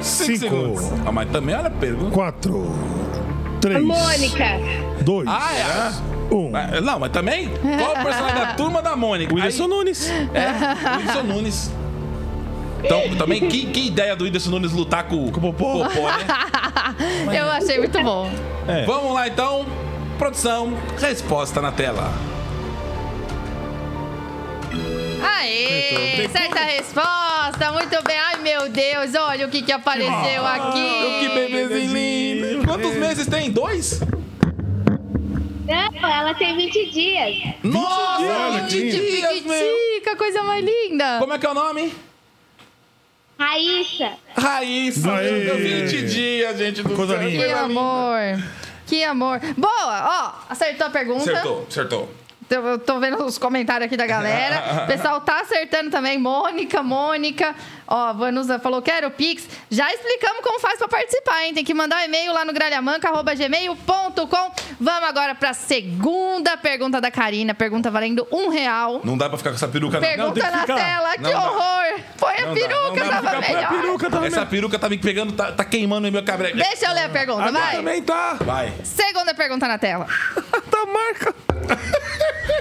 Speaker 3: 5
Speaker 4: Cinco.
Speaker 3: segundos. Ah, mas também olha a pergunta.
Speaker 4: Quatro, três,
Speaker 10: Mônica.
Speaker 4: dois,
Speaker 3: Ah, é?
Speaker 4: um.
Speaker 3: Ah, Não, mas também? Qual o personagem da turma da Mônica?
Speaker 6: Wilson Nunes.
Speaker 3: Aí- É, Whindersson Nunes. Então, também, que, que ideia do Whindersson Nunes lutar com, com o Popó, né?
Speaker 2: Eu achei muito bom.
Speaker 3: Vamos lá, então. Produção, resposta na tela.
Speaker 2: Aê! Certa resposta, muito bem. Ai, meu Deus, olha o que, que apareceu aqui.
Speaker 3: Ah, Que bebezinho lindo. Quantos meses tem? Dois?
Speaker 10: Não, ela tem 20 dias.
Speaker 3: Nossa,
Speaker 4: olha,
Speaker 3: 20 dias, meu.
Speaker 2: Piquitica, coisa mais linda.
Speaker 3: Como é que é o nome?
Speaker 10: Raíssa.
Speaker 3: Raíssa.
Speaker 4: Aê.
Speaker 3: meu, 20 dias, gente do
Speaker 4: Coisa
Speaker 3: céu.
Speaker 4: linda.
Speaker 2: Que amor. Que amor. Boa, ó, acertou a pergunta.
Speaker 3: Acertou, acertou.
Speaker 2: Eu eu tô vendo os comentários aqui da galera. O pessoal tá acertando também. Mônica, Mônica. Ó, a Vanusa falou, quero o Pix. Já explicamos como faz pra participar, hein? Tem que mandar um e-mail lá no gralhamanca.gmail.com. Vamos agora pra segunda pergunta da Karina. Pergunta valendo um real.
Speaker 3: Não dá pra ficar com essa peruca, não.
Speaker 2: Pergunta
Speaker 6: tem que
Speaker 2: na
Speaker 6: ficar.
Speaker 2: tela, que
Speaker 3: Não dá.
Speaker 2: horror! Põe a
Speaker 3: Não dá, não
Speaker 2: peruca,
Speaker 3: dá pra
Speaker 2: tava
Speaker 3: ficar- põe a
Speaker 2: melhor.
Speaker 6: Peruca também.
Speaker 3: Essa peruca tá me pegando, tá, tá queimando o meu cabré.
Speaker 2: Deixa eu ler a pergunta,
Speaker 6: Ah,
Speaker 2: vai.
Speaker 6: também tá.
Speaker 3: Vai.
Speaker 2: Segunda pergunta na tela.
Speaker 6: Tá marca.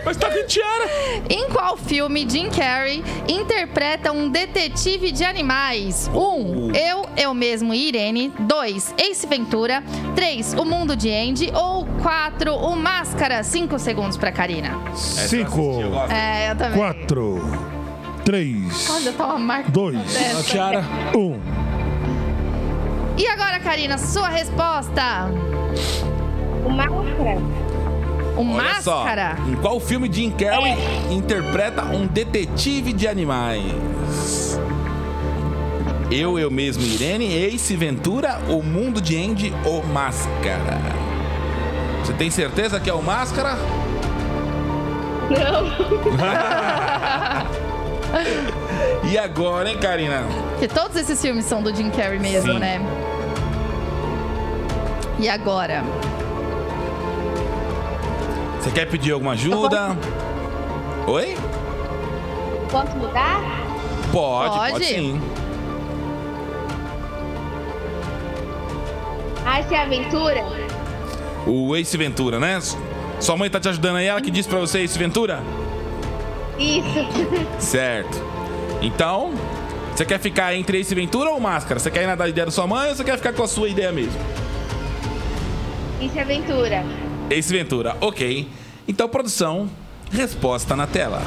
Speaker 6: Mas tá com tiara.
Speaker 2: Em qual filme Jim Carrey interpreta um detetive de animais? 1. Um, eu, eu mesmo e Irene. 2. Ace Ventura. 3. O Mundo de Andy. Ou 4. O Máscara. 5 segundos pra Karina.
Speaker 4: Cinco,
Speaker 3: Eu gosto.
Speaker 2: É, eu também.
Speaker 4: quatro, três,
Speaker 2: Olha, tá uma marca.
Speaker 4: Dois.
Speaker 2: dessa.
Speaker 6: Tiara.
Speaker 4: um.
Speaker 2: E agora, Karina, sua resposta.
Speaker 10: O Máscara.
Speaker 2: O
Speaker 3: Olha só,
Speaker 2: Máscara?
Speaker 3: em qual filme Jim Carrey interpreta um detetive de animais? Eu, eu mesmo, Irene, Ace Ventura, O Mundo de Andy ou Máscara? Você tem certeza que é o Máscara?
Speaker 10: Não.
Speaker 3: E agora, hein, Karina?
Speaker 2: Porque todos esses filmes são do Jim Carrey mesmo,
Speaker 3: Sim.
Speaker 2: né? E agora?
Speaker 3: Você quer pedir alguma
Speaker 2: Tá
Speaker 3: ajuda? Oi?
Speaker 10: Posso mudar?
Speaker 3: Pode, pode,
Speaker 2: Pode.
Speaker 3: sim.
Speaker 10: Ace Aventura.
Speaker 3: O Ace Ventura, né? Sua mãe tá te ajudando aí, ela que disse pra você Ace Ventura?
Speaker 10: Isso.
Speaker 3: Certo. Então, você quer ficar entre Ace Ventura ou Máscara? Você quer ir na da ideia da sua mãe ou você quer ficar com a sua ideia mesmo?
Speaker 10: Ace Aventura.
Speaker 3: Ace Ventura, ok. Então, produção, resposta na tela.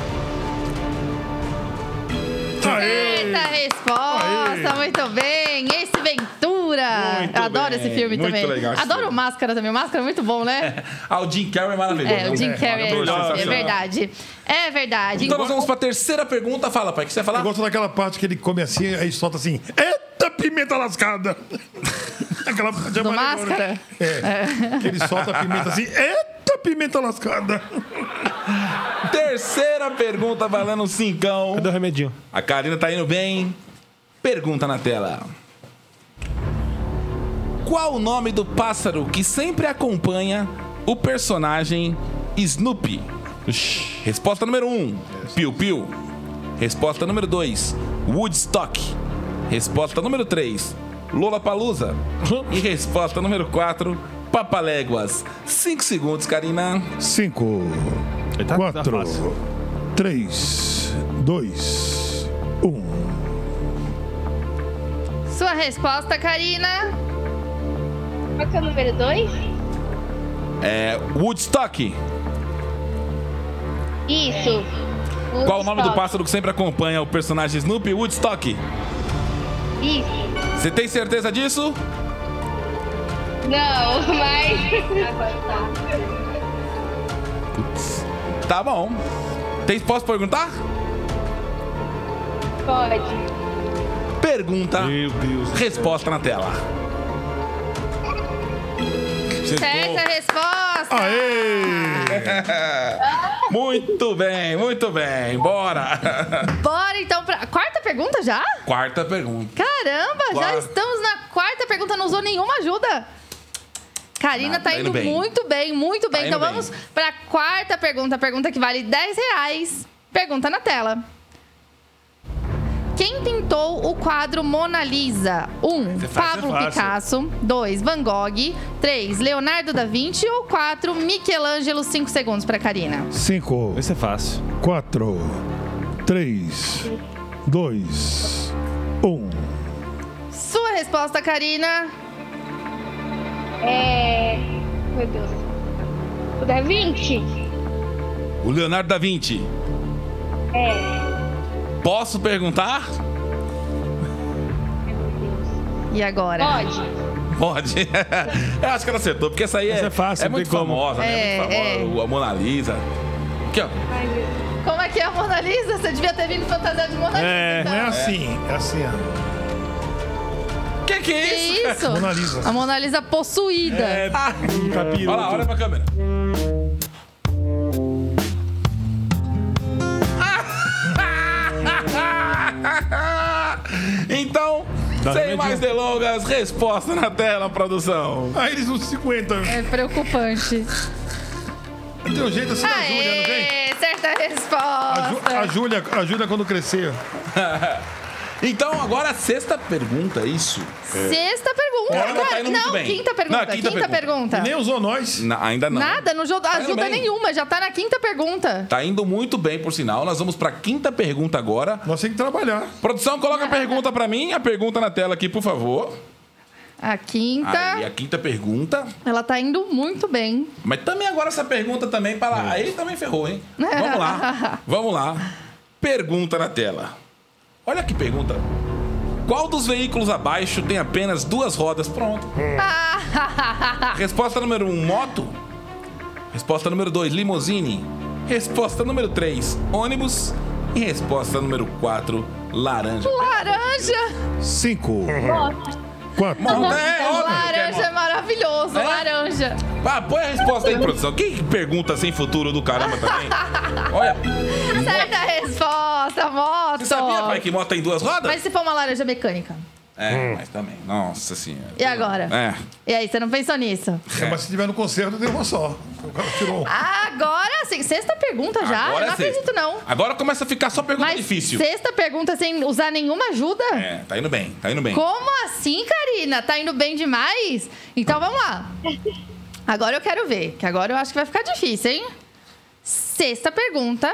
Speaker 2: Certa resposta, muito bem. Ace Ventura.
Speaker 3: Muito
Speaker 2: Adoro
Speaker 3: bem,
Speaker 2: esse filme
Speaker 3: muito
Speaker 2: também.
Speaker 3: legal esse
Speaker 2: Adoro o
Speaker 3: filme.
Speaker 2: Máscara também. O Máscara é muito bom, né?
Speaker 3: Ah, o Jim Carrey é maravilhoso.
Speaker 2: É, o Jim Carrey é,
Speaker 3: maravilhoso,
Speaker 2: é
Speaker 3: sensacional.
Speaker 2: verdade. É verdade.
Speaker 3: Então, nós vamos pra terceira pergunta. Fala, pai, o que você ia falar?
Speaker 4: Eu gosto daquela parte que ele come assim, aí solta assim, eita pimenta lascada! Aquela parte é
Speaker 2: Do
Speaker 4: maravilhosa, né?
Speaker 2: Máscara?
Speaker 4: É, que ele solta a pimenta assim, eita pimenta lascada!
Speaker 3: Terceira pergunta, valendo um cincão.
Speaker 6: Cadê o remedinho?
Speaker 3: A Karina tá indo bem. Pergunta na tela. Qual o nome do pássaro que sempre acompanha o personagem Snoopy? Resposta número 1, um, Piu Piu. Resposta número 2, Woodstock. Resposta número 3, Lollapalooza. E resposta número 4, Papaléguas. 5 segundos, Karina.
Speaker 4: Cinco,
Speaker 6: tá-
Speaker 4: quatro,
Speaker 6: tá fácil.
Speaker 4: três, dois, um.
Speaker 2: Sua resposta, Karina.
Speaker 10: Qual que é o número 2?
Speaker 3: É Woodstock.
Speaker 10: Isso.
Speaker 3: Qual o nome do
Speaker 10: Woodstock.
Speaker 3: pássaro que sempre acompanha o personagem Snoopy? Woodstock.
Speaker 10: Isso.
Speaker 3: Você tem certeza disso?
Speaker 10: Não, mas... Agora tá.
Speaker 3: Tá bom. Tem, posso perguntar?
Speaker 10: Pode.
Speaker 3: Pergunta,
Speaker 6: Deus.
Speaker 3: resposta na tela.
Speaker 2: Certa é resposta!
Speaker 3: Muito bem, muito bem. Bora.
Speaker 2: Bora então pra. Quarta pergunta já?
Speaker 3: Quarta pergunta.
Speaker 2: Caramba, já
Speaker 3: Quarta.
Speaker 2: estamos na quarta pergunta, não usou nenhuma ajuda. Karina
Speaker 3: Nada,
Speaker 2: tá
Speaker 3: tá
Speaker 2: indo,
Speaker 3: indo bem.
Speaker 2: muito bem, muito bem.
Speaker 3: indo
Speaker 2: então
Speaker 3: bem.
Speaker 2: vamos pra quarta pergunta, pergunta que vale 10 reais. Pergunta na tela. Quem pintou o quadro Mona Lisa? 1. Um,
Speaker 11: Essa é fácil,
Speaker 2: Pablo
Speaker 11: é fácil.
Speaker 2: Picasso. 2. Van Gogh. 3. Leonardo da Vinci. Ou 4. Michelangelo. 5 segundos pra Karina.
Speaker 4: 5. Esse é fácil. 4, 3, 2, 1.
Speaker 2: Sua resposta, Karina?
Speaker 10: É. Meu Deus. O da Vinci?
Speaker 3: O Leonardo da Vinci.
Speaker 10: É.
Speaker 3: Posso perguntar?
Speaker 2: E agora?
Speaker 10: Pode.
Speaker 3: Pode. Eu acho que ela acertou, porque essa aí é, é muito famosa,
Speaker 2: É,
Speaker 3: né? Muito famosa. A Mona Lisa. Aqui, ó.
Speaker 2: Como é que é a Mona Lisa? Você devia ter vindo fantasiar de Mona Lisa. então.
Speaker 4: não é assim, é assim. ó.
Speaker 3: Que que é
Speaker 2: isso?
Speaker 4: cara? Mona Lisa.
Speaker 2: A Mona Lisa possuída.
Speaker 4: É, capiroto.
Speaker 3: Olha lá, olha pra câmera. Então,
Speaker 4: Dá
Speaker 3: sem
Speaker 4: remedinho.
Speaker 3: mais delongas, resposta na tela, produção.
Speaker 4: Aí eles não se aguentam.
Speaker 2: É preocupante.
Speaker 4: Não tem um jeito
Speaker 2: Ah,
Speaker 4: assim da Júlia,
Speaker 2: é.
Speaker 4: não tem?
Speaker 2: Aê, certa
Speaker 4: A, Ju,
Speaker 2: resposta.
Speaker 4: a Júlia, a Júlia quando crescer.
Speaker 3: então, agora a sexta pergunta, é isso?
Speaker 2: Sexta pergunta,
Speaker 3: Ela tá
Speaker 2: cara.
Speaker 3: indo muito
Speaker 2: não,
Speaker 3: bem.
Speaker 2: quinta pergunta.
Speaker 3: Não,
Speaker 2: quinta, pergunta.
Speaker 3: quinta pergunta.
Speaker 4: Nem usou nós.
Speaker 3: Na- ainda não.
Speaker 2: Nada, não jogou
Speaker 3: indo
Speaker 2: ajuda
Speaker 3: bem.
Speaker 2: nenhuma, já tá na quinta pergunta.
Speaker 3: Tá indo muito bem, por sinal. Nós vamos pra quinta pergunta agora.
Speaker 4: Nós temos que trabalhar.
Speaker 3: Produção, coloca a pergunta pra mim. A pergunta na tela aqui, por favor.
Speaker 2: A quinta,
Speaker 3: Aí, a quinta pergunta.
Speaker 2: ela tá indo muito bem.
Speaker 3: Mas também agora essa pergunta também para lá. Aí também ferrou, hein? Vamos lá. Vamos lá. Pergunta na tela. Olha que pergunta. Qual dos veículos abaixo tem apenas duas rodas? Pronto. Resposta número 1, um, moto. Resposta número 2, limousine. Resposta número 3, ônibus. E resposta número 4, laranja.
Speaker 2: Laranja!
Speaker 4: 5,
Speaker 10: Pode.
Speaker 4: 4.
Speaker 3: Moto é óbvio que é
Speaker 2: laranja é
Speaker 3: moto.
Speaker 2: maravilhoso, laranja.
Speaker 3: Ah, põe a resposta aí, produção. Que pergunta sem futuro do caramba também? Olha,
Speaker 2: Certa resposta, moto.
Speaker 3: você sabia, pai, que moto tem duas rodas?
Speaker 2: Mas se for uma laranja mecânica.
Speaker 3: É, mas também. Nossa senhora.
Speaker 2: E agora?
Speaker 3: É.
Speaker 2: E aí, você não pensou nisso?
Speaker 4: É, mas se tiver no concerto, tem uma só. Tirou um.
Speaker 2: Agora, assim, sexta pergunta já?
Speaker 3: Agora
Speaker 2: eu
Speaker 3: é
Speaker 2: não
Speaker 3: sexta.
Speaker 2: acredito, não.
Speaker 3: Agora começa a ficar só pergunta
Speaker 2: Mas
Speaker 3: difícil.
Speaker 2: sexta pergunta sem usar nenhuma ajuda?
Speaker 3: É, tá indo bem, tá indo bem.
Speaker 2: Como assim, Karina? Tá indo bem demais? Então vamos lá. Agora eu quero ver, que agora eu acho que vai ficar difícil, hein? Sexta pergunta.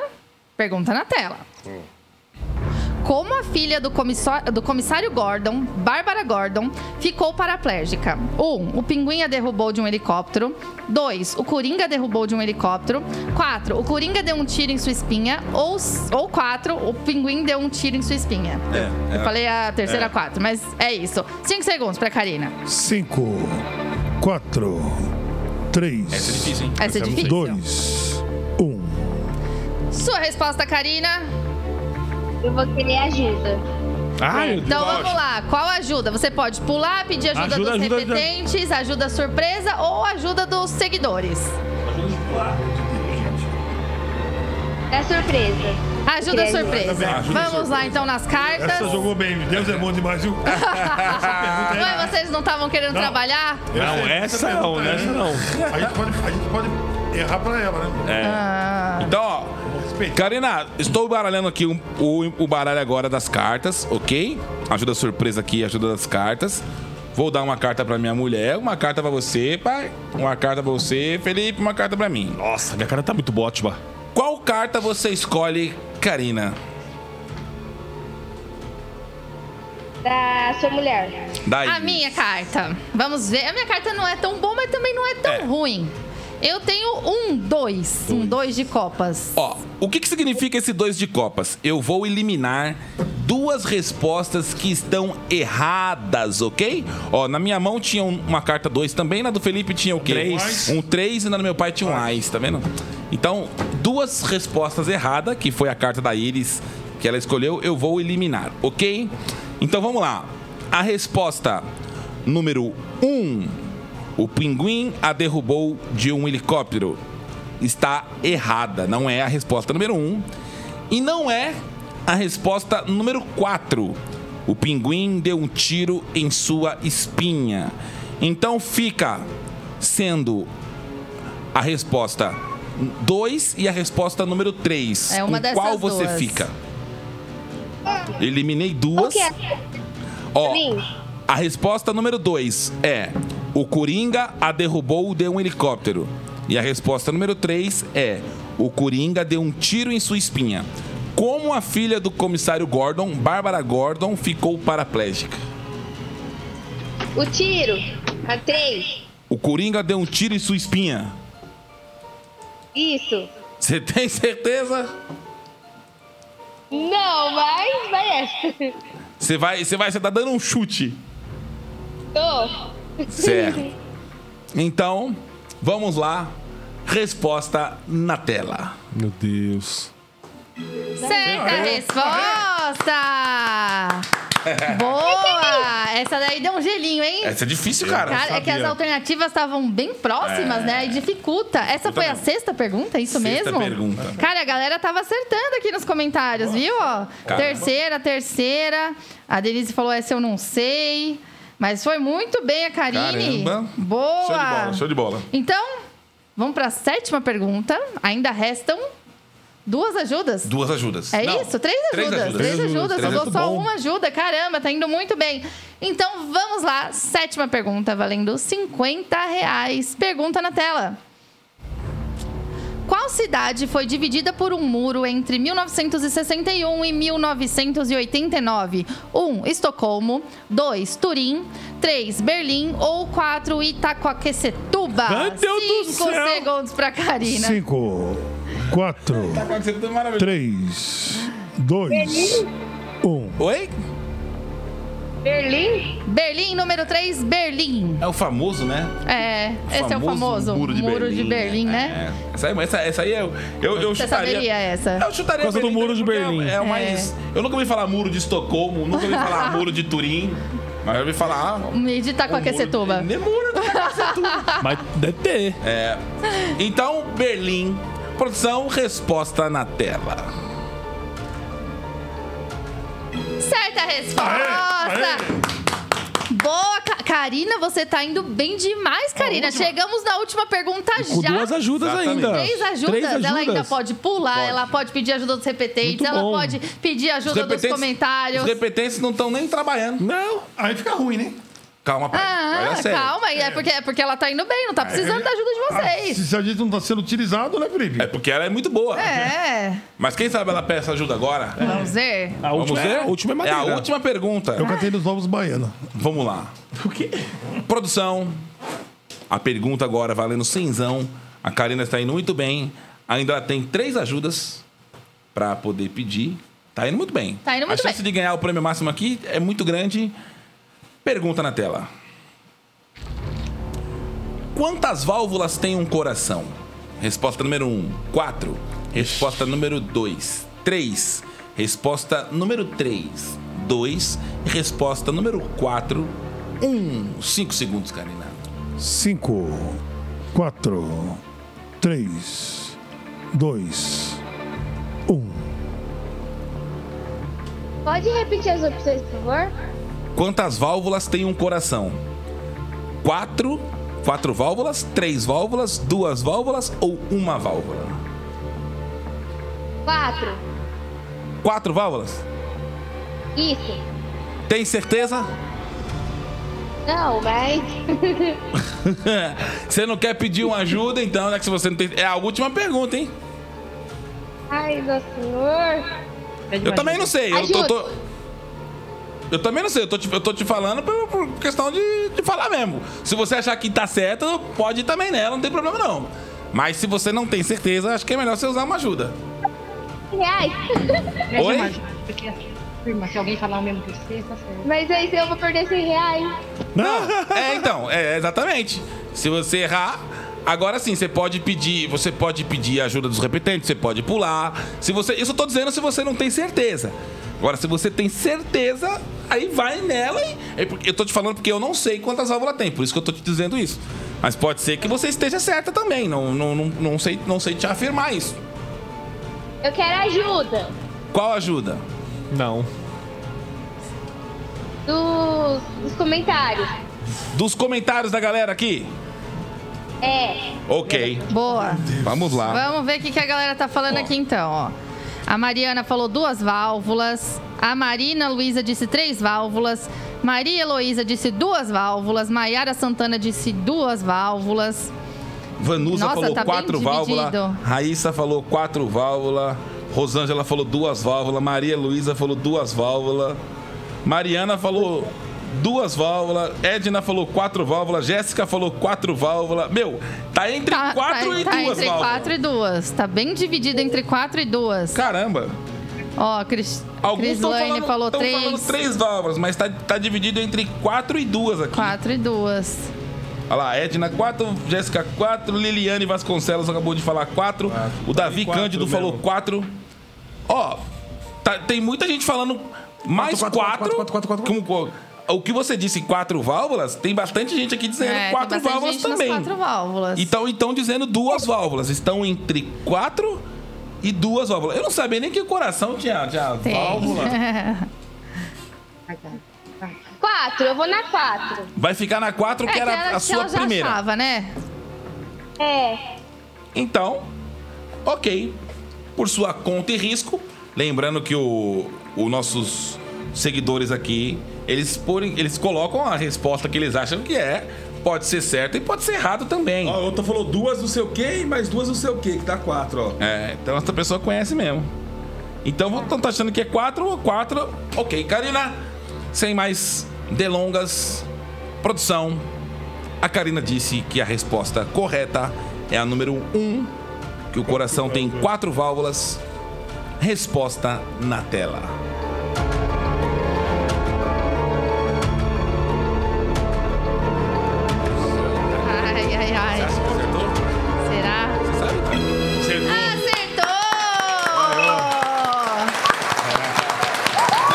Speaker 2: Pergunta na tela. Como a filha do, comissó- do comissário Gordon, Bárbara Gordon, ficou paraplégica? 1. Um, o pinguim a derrubou de um helicóptero. 2. O Coringa derrubou de um helicóptero. 4. O Coringa deu um tiro em sua espinha. Ou 4. Ou quatro, o pinguim deu um tiro em sua espinha.
Speaker 3: É,
Speaker 2: Eu
Speaker 3: é.
Speaker 2: falei a terceira
Speaker 3: É.
Speaker 2: quatro, mas é isso. Cinco segundos pra Karina.
Speaker 4: 5, 4, 3.
Speaker 3: Essa é difícil, hein?
Speaker 4: um
Speaker 2: Essa é difícil.
Speaker 4: 2, 1.
Speaker 2: Sua resposta, Karina.
Speaker 10: Eu vou querer ajuda.
Speaker 5: Ai, meu Deus.
Speaker 2: Então vamos lá. Qual ajuda? Você pode pular, pedir ajuda,
Speaker 5: Ajuda,
Speaker 2: dos
Speaker 5: ajuda, ajuda.
Speaker 2: repetentes, ajuda surpresa ou ajuda dos seguidores.
Speaker 10: Da surpresa.
Speaker 2: Ajuda
Speaker 10: Queria
Speaker 2: surpresa.
Speaker 4: ajuda. Ajuda
Speaker 2: vamos lá
Speaker 4: surpresa.
Speaker 2: então nas cartas.
Speaker 4: Essa jogou bem, Deus é bom demais, viu?
Speaker 2: Ué, vocês não estavam querendo
Speaker 4: Não.
Speaker 2: trabalhar?
Speaker 5: Não,
Speaker 4: Eu sei,
Speaker 5: essa não,
Speaker 4: pergunta,
Speaker 5: essa
Speaker 4: né?
Speaker 5: não.
Speaker 4: A gente pode, a gente pode errar pra ela, né?
Speaker 3: Então, ó. Karina, estou baralhando aqui o, o, o baralho agora das cartas, ok? Ajuda surpresa aqui, ajuda das cartas. Vou dar uma carta pra minha mulher, uma carta pra você, pai. Uma carta pra você, Felipe, uma carta pra mim.
Speaker 5: Nossa, minha cara tá muito ótima.
Speaker 3: Qual carta você escolhe, Karina?
Speaker 10: Da sua mulher.
Speaker 3: Daí.
Speaker 2: A minha carta. Vamos ver. A minha carta não é tão boa, mas também não é tão ruim. Eu tenho um dois. Um dois de copas.
Speaker 3: Ó, o que, que significa esse dois de copas? Eu vou eliminar duas respostas que estão erradas, ok? Ó, na minha mão tinha um- uma carta 2 também, na do Felipe tinha o quê?
Speaker 5: Três.
Speaker 3: Um 3 e na do meu pai tinha um ais, tá vendo? Então, duas respostas erradas, que foi a carta da Iris que ela escolheu, eu vou eliminar, ok? Então vamos lá. A resposta número 1 um O pinguim a derrubou de um helicóptero. Está errada, não é a resposta número 1. Um, e não é a resposta número 4. O pinguim deu um tiro em sua espinha. Então fica sendo a resposta 2 e a resposta número 3.
Speaker 2: É uma
Speaker 3: Com
Speaker 2: dessas
Speaker 3: qual você
Speaker 2: duas.
Speaker 3: fica? Eliminei duas.
Speaker 10: que é?
Speaker 3: Ó,
Speaker 10: Sim.
Speaker 3: a resposta número 2 é: o Coringa a derrubou de um helicóptero. E a resposta número 3 é: o Coringa deu um tiro em sua espinha. Como a filha do comissário Gordon, Bárbara Gordon, ficou paraplégica?
Speaker 10: O tiro. A três.
Speaker 3: O Coringa deu um tiro em sua espinha.
Speaker 10: Isso.
Speaker 3: Você tem certeza?
Speaker 10: Não, mas vai essa.
Speaker 3: Você vai, você vai, você tá dando um chute.
Speaker 10: Tô.
Speaker 3: Certo. Então, vamos lá. Resposta na tela.
Speaker 5: Meu Deus.
Speaker 2: Certa resposta! Boa! Essa daí deu um gelinho, hein?
Speaker 3: É. Essa é difícil, cara.
Speaker 2: Cara, é que as alternativas estavam bem próximas,
Speaker 3: É.
Speaker 2: né? E dificulta. Essa foi a sexta pergunta, é isso
Speaker 3: Sexta
Speaker 2: mesmo?
Speaker 3: pergunta.
Speaker 2: Cara, a galera tava acertando aqui nos comentários, viu? Ó,
Speaker 3: Caramba.
Speaker 2: terceira, terceira. A Denise falou, essa eu não sei. Mas foi muito bem a Karine.
Speaker 3: Caramba.
Speaker 2: Boa!
Speaker 3: Show de bola, show de bola.
Speaker 2: Então, vamos para a sétima pergunta. Ainda restam duas ajudas.
Speaker 3: Duas ajudas.
Speaker 2: É
Speaker 3: Não,
Speaker 2: isso? Três ajudas. Três ajudas. Sobrou só uma ajuda. Caramba, tá indo muito bem. Então, vamos lá. Sétima pergunta, valendo 50 reais. Pergunta na tela. Qual cidade foi dividida por um muro entre 1961 e 1989? 1. Um, Estocolmo. 2. Turim. 3. Berlim. Ou 4. Itacoaquecetuba.
Speaker 6: Meu Deus do
Speaker 2: 5
Speaker 6: céu!
Speaker 2: segundos pra Karina.
Speaker 4: 5, 4,
Speaker 3: Tá maravilhoso.
Speaker 4: 3, 2, 1.
Speaker 3: Oi?
Speaker 10: Berlim?
Speaker 2: Berlim, número 3. Berlim.
Speaker 3: É o famoso, né?
Speaker 2: É, esse é o famoso muro de Berlim, né?
Speaker 3: É. Essa, aí, essa, essa aí eu, eu, eu
Speaker 2: Você
Speaker 3: chutaria.
Speaker 2: saberia essa?
Speaker 3: Eu chutaria
Speaker 5: Por causa do
Speaker 3: Berlim
Speaker 5: muro de
Speaker 3: também, porque
Speaker 5: Berlim.
Speaker 3: É, é o mais. Eu nunca ouvi falar muro de Estocolmo, nunca ouvi falar muro de Turim, mas eu ouvi falar. ah,
Speaker 2: Me de Itacoaquecetuba.
Speaker 3: muro de- Nem muro de Itacoaquecetuba.
Speaker 5: Mas deve ter.
Speaker 3: É. Então, Berlim. Produção, resposta na tela.
Speaker 2: Certa resposta! Boa, Ca- Karina, você tá indo bem demais, Karina. Chegamos na última pergunta
Speaker 5: Com
Speaker 2: já.
Speaker 5: duas ajudas
Speaker 3: Exatamente.
Speaker 5: ainda.
Speaker 2: Três ajudas. Ela ainda pode pular, ela pode pedir ajuda dos repetentes,
Speaker 5: Muito
Speaker 2: ela
Speaker 5: bom.
Speaker 2: pode pedir ajuda dos comentários.
Speaker 3: os repetentes não estão nem trabalhando.
Speaker 5: Não.
Speaker 4: Aí fica ruim, né?
Speaker 3: Calma, pai. vai
Speaker 2: Ah,
Speaker 3: dar certo.
Speaker 2: calma, é porque, é porque ela tá indo bem, não tá precisando da ajuda de vocês.
Speaker 4: Se, se a gente não tá sendo utilizado, né, Felipe?
Speaker 3: É porque ela é muito boa.
Speaker 2: É,
Speaker 3: Mas quem sabe ela peça ajuda agora?
Speaker 2: vamos ver.
Speaker 5: É, A
Speaker 3: Vamos
Speaker 5: última,
Speaker 3: ver?
Speaker 5: é, a última é
Speaker 3: É
Speaker 5: madeira.
Speaker 3: a última pergunta.
Speaker 4: Eu cantei nos Novos Baianos.
Speaker 3: Vamos lá.
Speaker 6: O quê?
Speaker 3: Produção. A pergunta agora valendo cinzão. A Karina está indo muito bem. Ainda ela tem três ajudas para poder pedir. Tá indo muito bem.
Speaker 2: Tá indo muito
Speaker 3: a chance
Speaker 2: bem.
Speaker 3: de ganhar o prêmio máximo aqui é muito grande. Pergunta na tela. Quantas válvulas tem um coração? Resposta número 1, 4. Resposta número 2, 3. Resposta número 3, 2. Resposta número 4, 1. 5 segundos, Karina.
Speaker 4: 5, 4, 3, 2, 1.
Speaker 10: Pode repetir as opções, por favor?
Speaker 3: Quantas válvulas tem um coração? 4, 4 válvulas, 3 válvulas, 2 válvulas ou uma válvula?
Speaker 10: Quatro.
Speaker 3: 4 válvulas?
Speaker 10: Isso.
Speaker 3: Tem certeza?
Speaker 10: Não, mas.
Speaker 3: Você não quer pedir uma ajuda, então, né? Que se você não tem. É a última pergunta, hein?
Speaker 10: Ai, nosso senhor.
Speaker 3: Eu também não sei. Eu, tô,
Speaker 10: Ajuda.
Speaker 3: tô- eu também não sei. Eu tô te, eu tô te falando por, por questão de, de falar mesmo. Se você achar que tá certo, pode ir também nela, não tem problema não. Mas se você não tem certeza, acho que é melhor você usar uma ajuda.
Speaker 10: Reais.
Speaker 3: Oi?
Speaker 8: Porque afirma, se alguém falar o mesmo que você, tá certo.
Speaker 10: Mas aí se eu vou perder 100 reais.
Speaker 3: Não. É, então, é exatamente. Se você errar, agora sim, você pode pedir, você pode pedir ajuda dos repetentes, você pode pular. Se você, isso eu tô dizendo se você não tem certeza. Agora, se você tem certeza, aí vai nela e. é porque- Eu tô te falando porque eu não sei quantas válvulas tem, por isso que eu tô te dizendo isso. Mas pode ser que você esteja certa também. Não, não, não, não sei, não sei te afirmar isso.
Speaker 10: Eu quero ajuda
Speaker 3: Qual ajuda?
Speaker 5: Não.
Speaker 10: dos, dos comentários.
Speaker 3: Dos comentários da galera aqui?
Speaker 10: É.
Speaker 3: Ok.
Speaker 2: Boa.
Speaker 3: Vamos lá.
Speaker 2: Vamos ver o que, que a galera tá falando aqui então, ó. A Mariana falou duas válvulas. A Marina Luísa disse três válvulas. Maria Heloísa disse duas válvulas. Maiara Santana disse duas válvulas.
Speaker 3: Vanusa
Speaker 2: Nossa,
Speaker 3: falou
Speaker 2: tá bem
Speaker 3: quatro válvulas.
Speaker 2: dividido.
Speaker 3: Raíssa falou quatro válvulas. Rosângela falou duas válvulas. Maria Luísa falou duas válvulas. Mariana falou duas válvulas. Edna falou quatro válvulas. Jéssica falou quatro válvulas. Meu, tá entre
Speaker 2: Tá,
Speaker 3: quatro
Speaker 2: tá-
Speaker 3: e
Speaker 2: tá
Speaker 3: duas
Speaker 2: entre
Speaker 3: válvulas.
Speaker 2: quatro e duas. Tá bem dividido entre quatro e duas.
Speaker 3: Caramba.
Speaker 2: Ó, Cris,
Speaker 3: Alguns
Speaker 2: Cris
Speaker 3: estão
Speaker 2: Lane
Speaker 3: falando,
Speaker 2: falou
Speaker 3: tão
Speaker 2: três.
Speaker 3: falando três válvulas, mas tá, tá dividido entre quatro e duas aqui.
Speaker 2: Quatro e duas.
Speaker 3: Olha lá, Edna 4, Jéssica 4, Liliane Vasconcelos acabou de falar 4, o Davi
Speaker 5: quatro
Speaker 3: Cândido
Speaker 5: mesmo.
Speaker 3: falou 4. Ó, tá- tem muita gente falando mais
Speaker 6: Quatro, quatro,
Speaker 3: 4.
Speaker 6: quatro, quatro, quatro, quatro.
Speaker 3: O que você disse, quatro válvulas, tem bastante gente aqui dizendo
Speaker 2: É, tem
Speaker 3: quatro
Speaker 2: bastante
Speaker 3: válvulas
Speaker 2: gente nas
Speaker 3: também.
Speaker 2: Quatro válvulas.
Speaker 3: Então, então dizendo duas válvulas, estão entre quatro e duas válvulas. Eu não sabia nem que coração tinha, tinha
Speaker 2: Tem.
Speaker 3: válvula.
Speaker 10: Quatro, eu vou na quatro.
Speaker 3: Vai ficar na quatro,
Speaker 2: É,
Speaker 3: que era a
Speaker 2: que
Speaker 3: sua
Speaker 2: ela já
Speaker 3: primeira.
Speaker 2: achava, né?
Speaker 10: É.
Speaker 3: Então, ok. Por sua conta e risco. Lembrando que o- os nossos seguidores aqui, eles, porem, eles colocam a resposta que eles acham que é. Pode ser certo e pode ser errado também.
Speaker 6: Ó, a outra falou duas não sei o quê e mais duas não sei o quê, que dá quatro, ó.
Speaker 3: É, então essa pessoa conhece mesmo. Então, vamos- então tá achando que é 4 ou 4. Ok, Karina, sem mais delongas, produção. A Karina disse que a resposta correta é a número 1, um, que o coração tem quatro válvulas. Resposta na tela.
Speaker 2: Ai, ai, ai. Será? Acertou!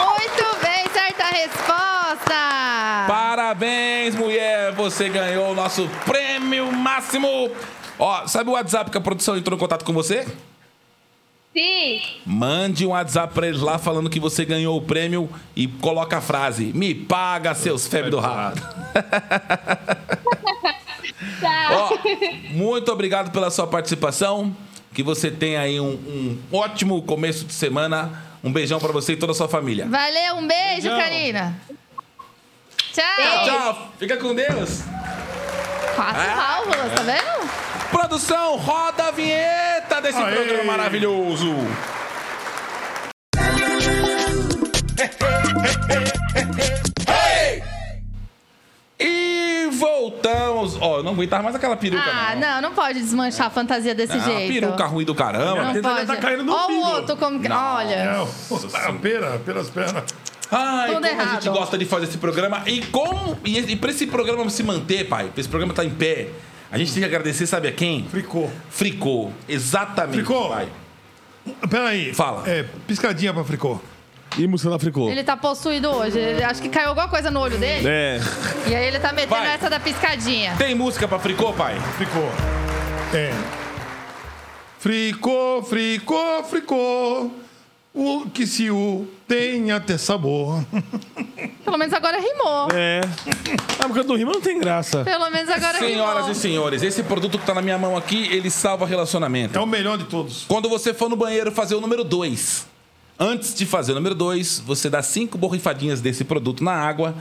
Speaker 2: Muito bem, certa resposta!
Speaker 3: Parabéns, mulher! Você ganhou o nosso prêmio máximo! Ó, sabe o WhatsApp que a produção entrou em contato com você?
Speaker 10: Sim.
Speaker 3: Mande um WhatsApp pra eles lá falando que você ganhou o prêmio e coloca a frase: Me paga, seus febre do rato.
Speaker 10: Tá.
Speaker 3: Ó, muito obrigado pela sua participação. Que você tenha aí um, um ótimo começo de semana. Um beijão pra você e toda a sua família.
Speaker 2: Valeu, um beijo, Karina!
Speaker 3: Tchau,
Speaker 2: Tchau!
Speaker 3: tchau. Fica com Deus.
Speaker 2: Quatro
Speaker 3: É?
Speaker 2: válvulas, tá vendo?
Speaker 3: Produção, roda a vinheta desse
Speaker 4: Aê.
Speaker 3: programa maravilhoso. E voltamos. Ó, eu não aguentava mais aquela peruca.
Speaker 2: Ah,
Speaker 3: não.
Speaker 2: não, não pode desmanchar a fantasia desse
Speaker 3: Ah,
Speaker 2: jeito.
Speaker 3: peruca ruim do caramba.
Speaker 2: Não
Speaker 6: Ele ainda
Speaker 2: pode.
Speaker 6: tá caindo no
Speaker 2: Ó
Speaker 6: umbigo.
Speaker 2: o outro como que...
Speaker 3: Não.
Speaker 4: É,
Speaker 2: Olha,
Speaker 4: Não, pera, pelas pernas.
Speaker 3: Ai,
Speaker 2: Tudo
Speaker 3: como a gente
Speaker 2: errado.
Speaker 3: gosta de fazer esse programa. E como. E, e pra esse programa se manter, pai, pra esse programa estar em pé, a gente tem que agradecer, sabe a quem?
Speaker 4: Fricou.
Speaker 3: Fricô. Exatamente.
Speaker 4: Fricô.
Speaker 3: pai.
Speaker 4: Pera aí.
Speaker 3: Fala.
Speaker 4: É, piscadinha pra Fricô.
Speaker 5: E música da Fricô?
Speaker 2: ele tá possuído hoje. Ele- Acho que caiu alguma coisa no olho dele.
Speaker 5: É.
Speaker 2: E aí ele tá metendo
Speaker 3: Vai.
Speaker 2: essa da piscadinha.
Speaker 3: Tem música pra Fricô, pai?
Speaker 4: Fricô. É. Fricô, fricô, fricô. O que se o tem até sabor.
Speaker 2: Pelo menos agora rimou.
Speaker 5: É. A música do rima não tem graça.
Speaker 2: Pelo menos agora
Speaker 3: Senhoras
Speaker 2: rimou.
Speaker 3: e senhores, esse produto que tá na minha mão aqui, ele salva
Speaker 4: É
Speaker 3: relacionamento.
Speaker 4: o melhor de todos.
Speaker 3: Quando você for no banheiro fazer o número 2, antes de fazer o número 2, você dá cinco borrifadinhas desse produto na água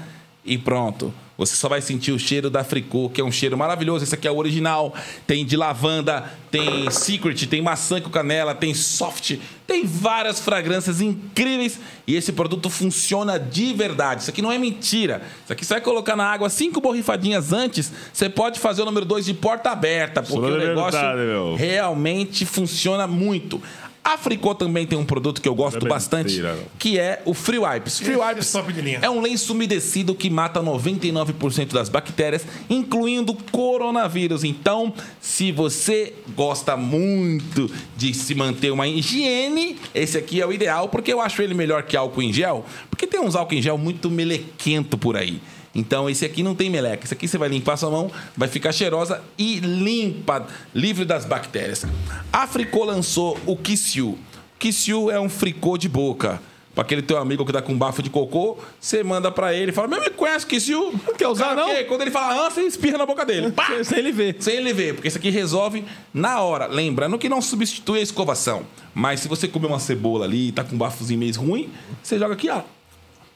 Speaker 3: e pronto. Você só vai sentir o cheiro da Fricô, que é um cheiro maravilhoso. Esse aqui é o original. Tem de lavanda, tem secret, tem maçã com canela, tem soft, tem várias fragrâncias incríveis. E esse produto funciona de verdade. Isso aqui não é mentira. Isso aqui você vai colocar na água cinco borrifadinhas antes. Você pode fazer o número 2 de porta aberta, porque
Speaker 5: Isso
Speaker 3: o
Speaker 5: é
Speaker 3: negócio
Speaker 5: verdade, meu.
Speaker 3: realmente funciona muito. A Fricô também tem um produto que eu gosto
Speaker 4: Não é
Speaker 3: bastante,
Speaker 4: mentira, não.
Speaker 3: que é o Free Wipes. Free
Speaker 4: Esse é
Speaker 3: Wipes
Speaker 4: top de linha.
Speaker 3: é um lenço umedecido que mata 99% das bactérias, incluindo coronavírus. Então, se você gosta muito de se manter uma higiene, esse aqui é o ideal, porque eu acho ele melhor que álcool em gel, porque tem uns álcool em gel muito melequento por aí. Então, esse aqui não tem meleca. Esse aqui você vai limpar sua mão, vai ficar cheirosa e limpa, livre das bactérias. A Fricô lançou o Kissiu. Kissiu é um fricô de boca pra aquele teu amigo que tá com bafo de cocô, você manda pra ele, fala, meu, me conhece que se o... Não quer usar, não? Quando ele fala, ah, você espirra na boca dele. Pá! Sem ele ver. Sem ele ver, porque isso aqui resolve na hora. Lembrando que não substitui a escovação, mas se você comer uma cebola ali e tá com um bafozinho meio ruim, você joga aqui, ó.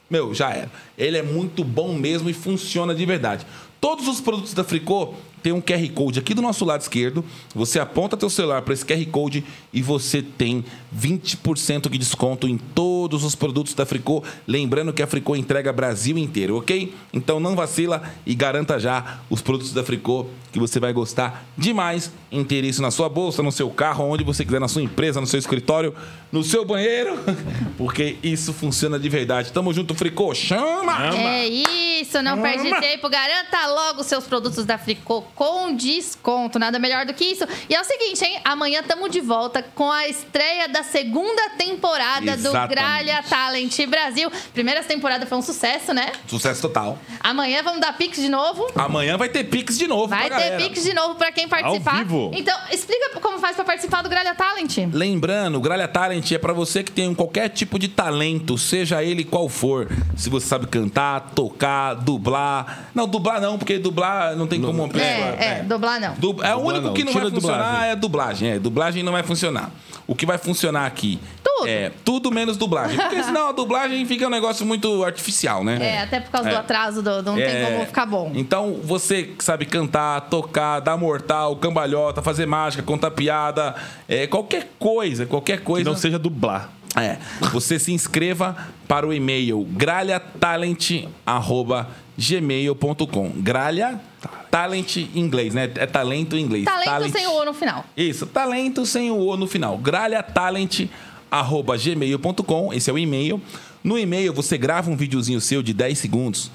Speaker 3: Meu, já era. Ele é muito bom mesmo e funciona de verdade. Todos os produtos da Fricô tem um QR Code aqui do nosso lado esquerdo. Você aponta teu celular para esse QR Code e você tem 20% de desconto em todos os produtos da Fricô. Lembrando que a Fricô entrega Brasil inteiro, ok? Então não vacila e garanta já os produtos da Fricô que você vai gostar demais em ter isso na sua bolsa, no seu carro, onde você quiser, na sua empresa, no seu escritório, no seu banheiro, porque isso funciona de verdade. Tamo junto, Fricô. Chama!
Speaker 2: É isso, não perde tempo. Garanta logo seus produtos da Fricô com desconto. Nada melhor do que isso. E é o seguinte, hein? Amanhã estamos de volta com a estreia da segunda temporada do
Speaker 3: Exatamente.
Speaker 2: Gralha Talent Brasil. Primeira temporada foi um sucesso, né?
Speaker 3: Sucesso total.
Speaker 2: Amanhã vamos dar pix de novo.
Speaker 3: Amanhã vai ter Pix de novo,
Speaker 2: Vai
Speaker 3: pra
Speaker 2: ter
Speaker 3: galera.
Speaker 2: pix de novo pra quem participar.
Speaker 3: vivo.
Speaker 2: Então, explica como faz pra participar do Gralha Talent.
Speaker 3: Lembrando, o Gralha Talent é pra você que tem um qualquer tipo de talento, seja ele qual for. Se você sabe cantar, tocar, dublar. Não, dublar não, porque dublar não tem como. né?
Speaker 2: É, é, dublar não.
Speaker 3: Du- é o único
Speaker 5: não,
Speaker 3: que não
Speaker 5: tira
Speaker 3: vai
Speaker 5: a dublagem.
Speaker 3: funcionar é dublagem. É, dublagem não vai funcionar. O que vai funcionar aqui tudo. é tudo menos dublagem. Porque senão a dublagem fica um negócio muito artificial, né?
Speaker 2: É, até por causa
Speaker 3: É.
Speaker 2: do atraso, do, do não tem
Speaker 3: É.
Speaker 2: como ficar bom.
Speaker 3: Então, você que sabe cantar, tocar, dar mortal, cambalhota, fazer mágica, contar piada, é, qualquer coisa, qualquer coisa. não seja dublar. É. Você se inscreva para o e-mail gralhatalent.gmail.com. Gralha talent em inglês, né? É talento em inglês.
Speaker 2: Talento sem o O no final.
Speaker 3: Isso, talento sem o O no final. gralhatalent.gmail.com, esse é o e-mail. No e-mail você grava um videozinho seu de 10 segundos,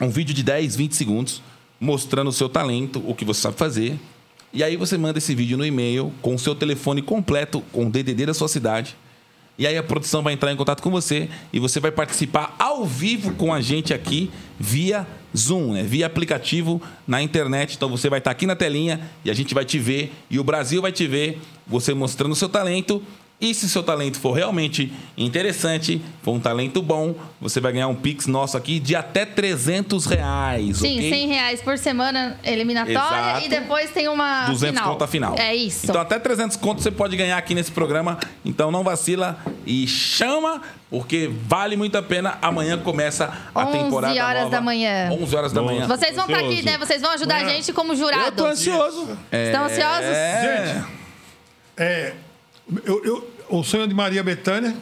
Speaker 3: um vídeo de 10, 20 segundos, mostrando o seu talento, o que você sabe fazer. E aí você manda esse vídeo no e-mail com o seu telefone completo, com o DDD da sua cidade. E aí a produção vai entrar em contato com você e você vai participar ao vivo com a gente aqui via Zoom, né? via aplicativo na internet. Então você vai estar aqui na telinha e a gente vai te ver e o Brasil vai te ver, você mostrando o seu talento. E se seu talento for realmente interessante, for um talento bom, você vai ganhar um Pix nosso aqui de até 300 reais,
Speaker 2: Sim,
Speaker 3: ok?
Speaker 2: 100 reais por semana eliminatória
Speaker 3: Exato.
Speaker 2: e depois tem uma
Speaker 3: 200
Speaker 2: final.
Speaker 3: conto a final.
Speaker 2: É isso.
Speaker 3: Então até 300 conto você pode ganhar aqui nesse programa. Então não vacila e chama, porque vale muito a pena. Amanhã começa a
Speaker 2: 11
Speaker 3: temporada
Speaker 2: horas
Speaker 3: nova.
Speaker 2: da manhã.
Speaker 3: 11 horas da manhã.
Speaker 2: Vocês vão estar aqui, né? Vocês vão ajudar a gente como jurado.
Speaker 4: Eu tô ansioso.
Speaker 2: é
Speaker 3: É.
Speaker 2: Estão ansiosos?
Speaker 4: Gente, é, eu, eu- o sonho de Maria Bethânia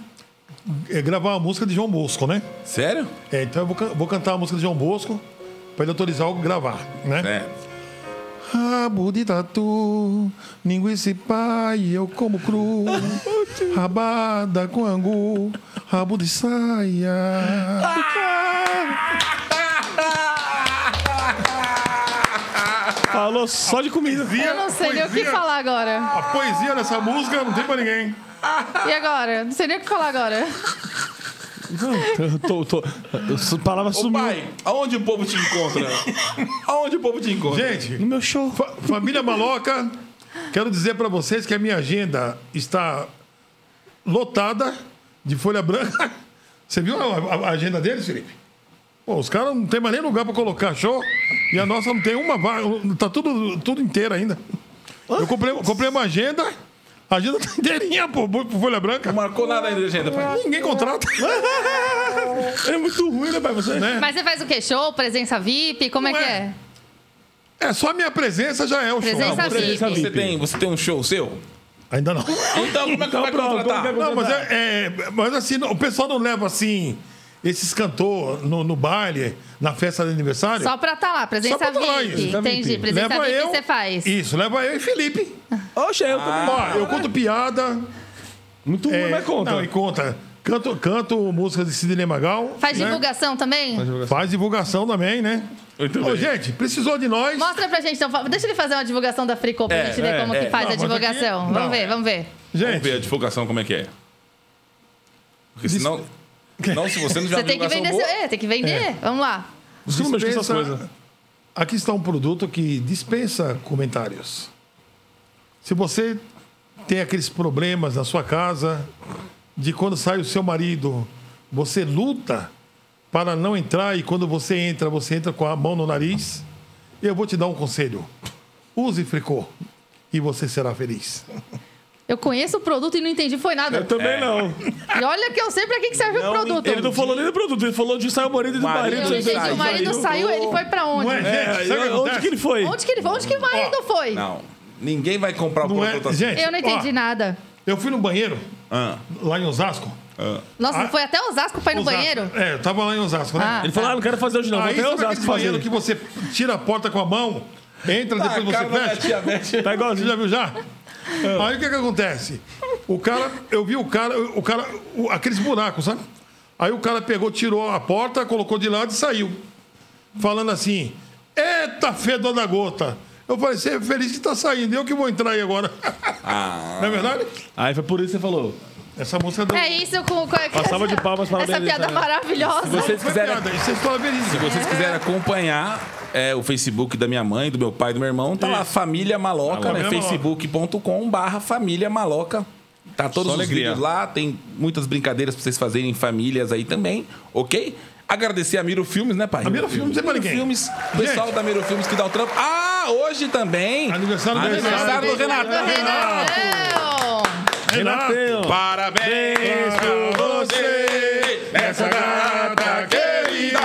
Speaker 4: é gravar uma música de João Bosco, né?
Speaker 3: Sério?
Speaker 4: É, então eu vou, can- vou cantar a música de João Bosco pra ele autorizar eu gravar, né?
Speaker 3: É.
Speaker 4: Rabo de tatu, linguiça e pai, eu como cru. Rabada com angu, rabo de saia.
Speaker 2: Ah,
Speaker 5: Falou só de comida.
Speaker 2: Eu não sei nem o que
Speaker 4: Poesia.
Speaker 2: falar agora.
Speaker 4: A poesia dessa música não tem pra ninguém.
Speaker 2: E agora? Não sei nem o que falar agora.
Speaker 5: Eu tô, tô, tô, palavra
Speaker 3: Ô, pai, aonde o povo te encontra? aonde o povo te encontra?
Speaker 4: Gente, no meu show. família Maloca, quero dizer pra vocês que a minha agenda está lotada de folha branca. Você viu a, a- a agenda deles, Felipe? Pô, os caras não tem mais nem lugar pra colocar show e a nossa não tem uma vaga, tá tudo, tudo inteiro ainda. Eu comprei, comprei uma agenda, a agenda tá inteirinha, pô, por folha branca.
Speaker 3: Marcou nada ainda, agenda, pai.
Speaker 4: Ninguém contrata. É muito ruim, né, pai? Você, né?
Speaker 2: Mas você faz o quê? Show? Presença VIP? Como é
Speaker 4: Não
Speaker 2: que
Speaker 4: é.
Speaker 2: é?
Speaker 4: É, só a minha presença já é o show.
Speaker 2: Presença
Speaker 3: Você,
Speaker 2: VIP.
Speaker 3: você tem, você tem um show seu?
Speaker 4: Ainda não.
Speaker 3: Então como é que vai contratar?
Speaker 4: Não, mas, é, é- mas assim, não- o pessoal não leva assim esses cantores no, no baile, na festa de aniversário.
Speaker 2: é? Só pra estar lá, presença
Speaker 4: pra tá lá,
Speaker 2: VIP.
Speaker 4: isso.
Speaker 2: Entendi. Presença
Speaker 4: Leva
Speaker 2: VIP
Speaker 4: eu-
Speaker 2: você faz.
Speaker 4: Isso, leva eu e Felipe.
Speaker 2: Ah.
Speaker 6: Ah.
Speaker 5: Oxe, eu
Speaker 4: Ó, eu conto piada, Muito
Speaker 5: ruim, mas conta.
Speaker 4: Não, e conta. Canto, canto músicas de Sidney Magal.
Speaker 2: Faz
Speaker 4: né?
Speaker 2: divulgação também?
Speaker 4: Faz divulgação também, né? Ô,
Speaker 3: bem.
Speaker 4: gente, precisou de nós.
Speaker 2: Mostra pra gente, então. fa- Deixa ele fazer uma divulgação da Fricô pra
Speaker 3: É,
Speaker 2: gente ver
Speaker 3: é,
Speaker 2: como
Speaker 3: é.
Speaker 2: que faz
Speaker 3: Não,
Speaker 2: a
Speaker 3: mas aqui-
Speaker 2: divulgação.
Speaker 3: não.
Speaker 2: Vamos ver, vamos ver.
Speaker 3: Vamos ver a divulgação como é que é. Porque senão. Não, se você não tiver
Speaker 2: Você tem que
Speaker 3: divulgação
Speaker 2: vender seu.
Speaker 3: boa-
Speaker 2: É, tem que vender.
Speaker 4: É.
Speaker 2: Vamos lá.
Speaker 4: Dispensa- Aqui está um produto que dispensa comentários. Se você tem aqueles problemas na sua casa, de quando sai o seu marido, você luta para não entrar e quando você entra, você entra com a mão no nariz, eu vou te dar um conselho. Use Fricô e você será feliz.
Speaker 2: Eu conheço o produto e não entendi foi nada.
Speaker 5: Eu também não.
Speaker 2: E olha que eu sei pra que, que serve o produto.
Speaker 5: Ele não falou nem do produto, ele falou de sair o marido do
Speaker 2: Eu
Speaker 5: marido.
Speaker 2: não entendi, o marido saiu, ele foi pra onde?
Speaker 5: Ué,
Speaker 4: É,
Speaker 5: gente, sabe o que acontece?
Speaker 3: que é ele foi?
Speaker 2: Onde que ele foi? Onde que o marido foi?
Speaker 3: Não. Ninguém vai comprar o produto assim. Ah.
Speaker 2: eu não entendi nada.
Speaker 4: Eu fui no banheiro, lá em Osasco.
Speaker 2: Nossa,
Speaker 4: Ah,
Speaker 2: não foi até Osasco pra ir no
Speaker 4: Osasco.
Speaker 2: banheiro?
Speaker 4: É, eu tava lá em Osasco, né?
Speaker 2: Ah,
Speaker 5: Ele falou, tá. "Ah, não quero fazer hoje não, vou
Speaker 4: Aí,
Speaker 5: até
Speaker 4: sabe
Speaker 5: Osasco
Speaker 4: aquele banheiro
Speaker 5: fazer."
Speaker 4: que você tira a porta com a mão, entra,
Speaker 3: Ah,
Speaker 5: Tá,
Speaker 4: depois
Speaker 5: cara,
Speaker 4: você fecha.
Speaker 5: minha tia mete.
Speaker 4: Tá igual, você já viu já? Aí o que que acontece? O cara, eu vi o cara, o cara, o- aqueles buracos, sabe? Aí o cara pegou, tirou a porta, colocou de lado e saiu. Falando assim, eita fedor da gota. Eu falei, você é feliz que tá saindo, eu que vou entrar aí agora.
Speaker 3: Ah.
Speaker 4: Não é verdade?
Speaker 5: Aí foi por isso que você falou.
Speaker 4: Essa música do...
Speaker 2: É isso com. com
Speaker 5: Passava de palmas para
Speaker 2: Essa
Speaker 5: Beleza,
Speaker 2: piada
Speaker 5: né?
Speaker 2: maravilhosa.
Speaker 3: Se vocês quiserem,
Speaker 4: se
Speaker 3: vocês quiserem acompanhar é, o Facebook da minha mãe, do meu pai, e do meu irmão, tá lá Família Maloca, né?
Speaker 5: Maloca.
Speaker 3: facebook.com/barra Família Maloca. Tá todos
Speaker 5: Só
Speaker 3: os
Speaker 5: alegria.
Speaker 3: vídeos lá, tem muitas brincadeiras pra vocês fazerem em famílias aí também, ok? Agradecer a Miro Filmes, né, pai?
Speaker 4: A Miro Filmes é pra
Speaker 3: Miro
Speaker 4: ninguém.
Speaker 3: Filmes, o pessoal da Miro Filmes que dá o trampo. Ah, hoje também!
Speaker 4: Aniversário do
Speaker 3: Aniversário do Renato. um
Speaker 5: Renato.
Speaker 3: Parabéns pra você nessa data querida.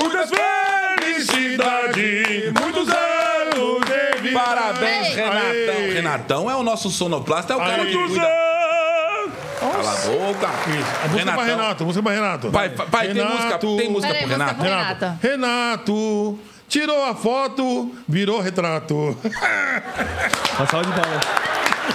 Speaker 3: Muitas felicidades, muitos anos de vida. Parabéns,
Speaker 4: Ei.
Speaker 3: Renatão.
Speaker 4: Aê.
Speaker 3: Renatão é o nosso sonoplasta, é o cara que
Speaker 4: Muitos
Speaker 3: cuida. Cala a boca.
Speaker 4: A música é pra
Speaker 3: Renatão.
Speaker 4: Renato, a música é pra Renato.
Speaker 3: Pai, pai, tem música- tem música Peraí, pro música Renato? pro
Speaker 4: Renato. Renato, tirou a foto, virou retrato.
Speaker 5: Uma salva de palmas.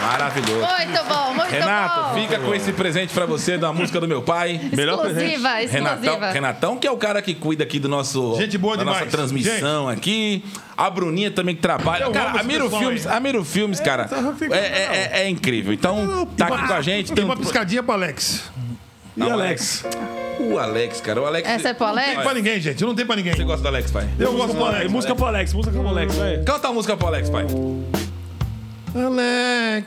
Speaker 3: Maravilhoso.
Speaker 2: Muito Tá bom, muito
Speaker 3: Renato,
Speaker 4: Tá
Speaker 2: bom.
Speaker 3: fica com esse presente pra você da música do meu pai.
Speaker 2: Melhor presente. exclusiva.
Speaker 3: Renatão, Renatão, que é o cara que cuida aqui do nosso
Speaker 4: Gente boa
Speaker 3: da
Speaker 4: demais.
Speaker 3: nossa transmissão aqui. A Bruninha também que trabalha.
Speaker 4: Eu amo
Speaker 3: cara, a
Speaker 4: esse
Speaker 3: Miro
Speaker 4: pessoal
Speaker 3: Filmes,
Speaker 4: aí.
Speaker 3: a Miro Filmes, cara, é, é- é- é incrível. Então, tá aqui com a gente.
Speaker 4: Tem uma piscadinha pra Alex.
Speaker 3: Não, Alex. O Alex, cara. O Alex.
Speaker 2: Essa é pro
Speaker 3: Não
Speaker 2: Alex?
Speaker 3: tem
Speaker 4: Pra ninguém, gente, não tem pra ninguém.
Speaker 3: Você gosta do Alex, pai?
Speaker 4: Eu gosto do Alex.
Speaker 5: Música pro Alex, música pro Alex, vai.
Speaker 3: Canta a música pro Alex, pai.
Speaker 4: Alex,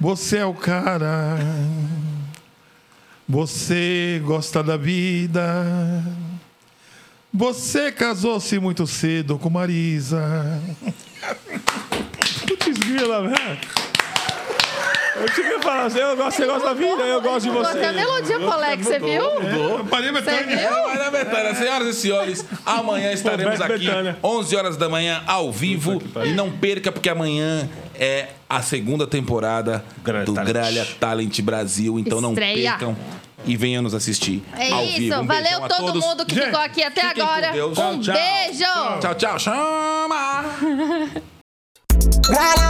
Speaker 4: você é o cara. Você gosta da vida. Você casou-se muito cedo com Marisa.
Speaker 5: Putz, grila, velho. Eu tinha que falar assim, eu gosto, você gosta da vida, eu gosto de você.
Speaker 2: Até a melodia pro Alex, você viu?
Speaker 3: Mudou.
Speaker 4: Maria Bethânia.
Speaker 3: Maria Bethânia, é né? senhoras e senhores, amanhã estaremos
Speaker 5: Roberto
Speaker 3: aqui,
Speaker 5: Bethânia.
Speaker 3: 11 horas da manhã, ao vivo. E não perca, porque amanhã é a segunda temporada do Gralha Talent Brasil. Então
Speaker 2: Estreia.
Speaker 3: não percam e venham nos assistir
Speaker 2: É
Speaker 3: ao
Speaker 2: isso.
Speaker 3: vivo. Um beijão
Speaker 2: Valeu
Speaker 3: a
Speaker 2: todo
Speaker 3: todos.
Speaker 2: mundo que
Speaker 3: Gente,
Speaker 2: ficou aqui até
Speaker 3: fiquem com
Speaker 2: agora.
Speaker 3: Deus.
Speaker 2: Um
Speaker 3: Tchau, tchau.
Speaker 2: beijo.
Speaker 3: Tchau, tchau. Chama!
Speaker 1: Gralha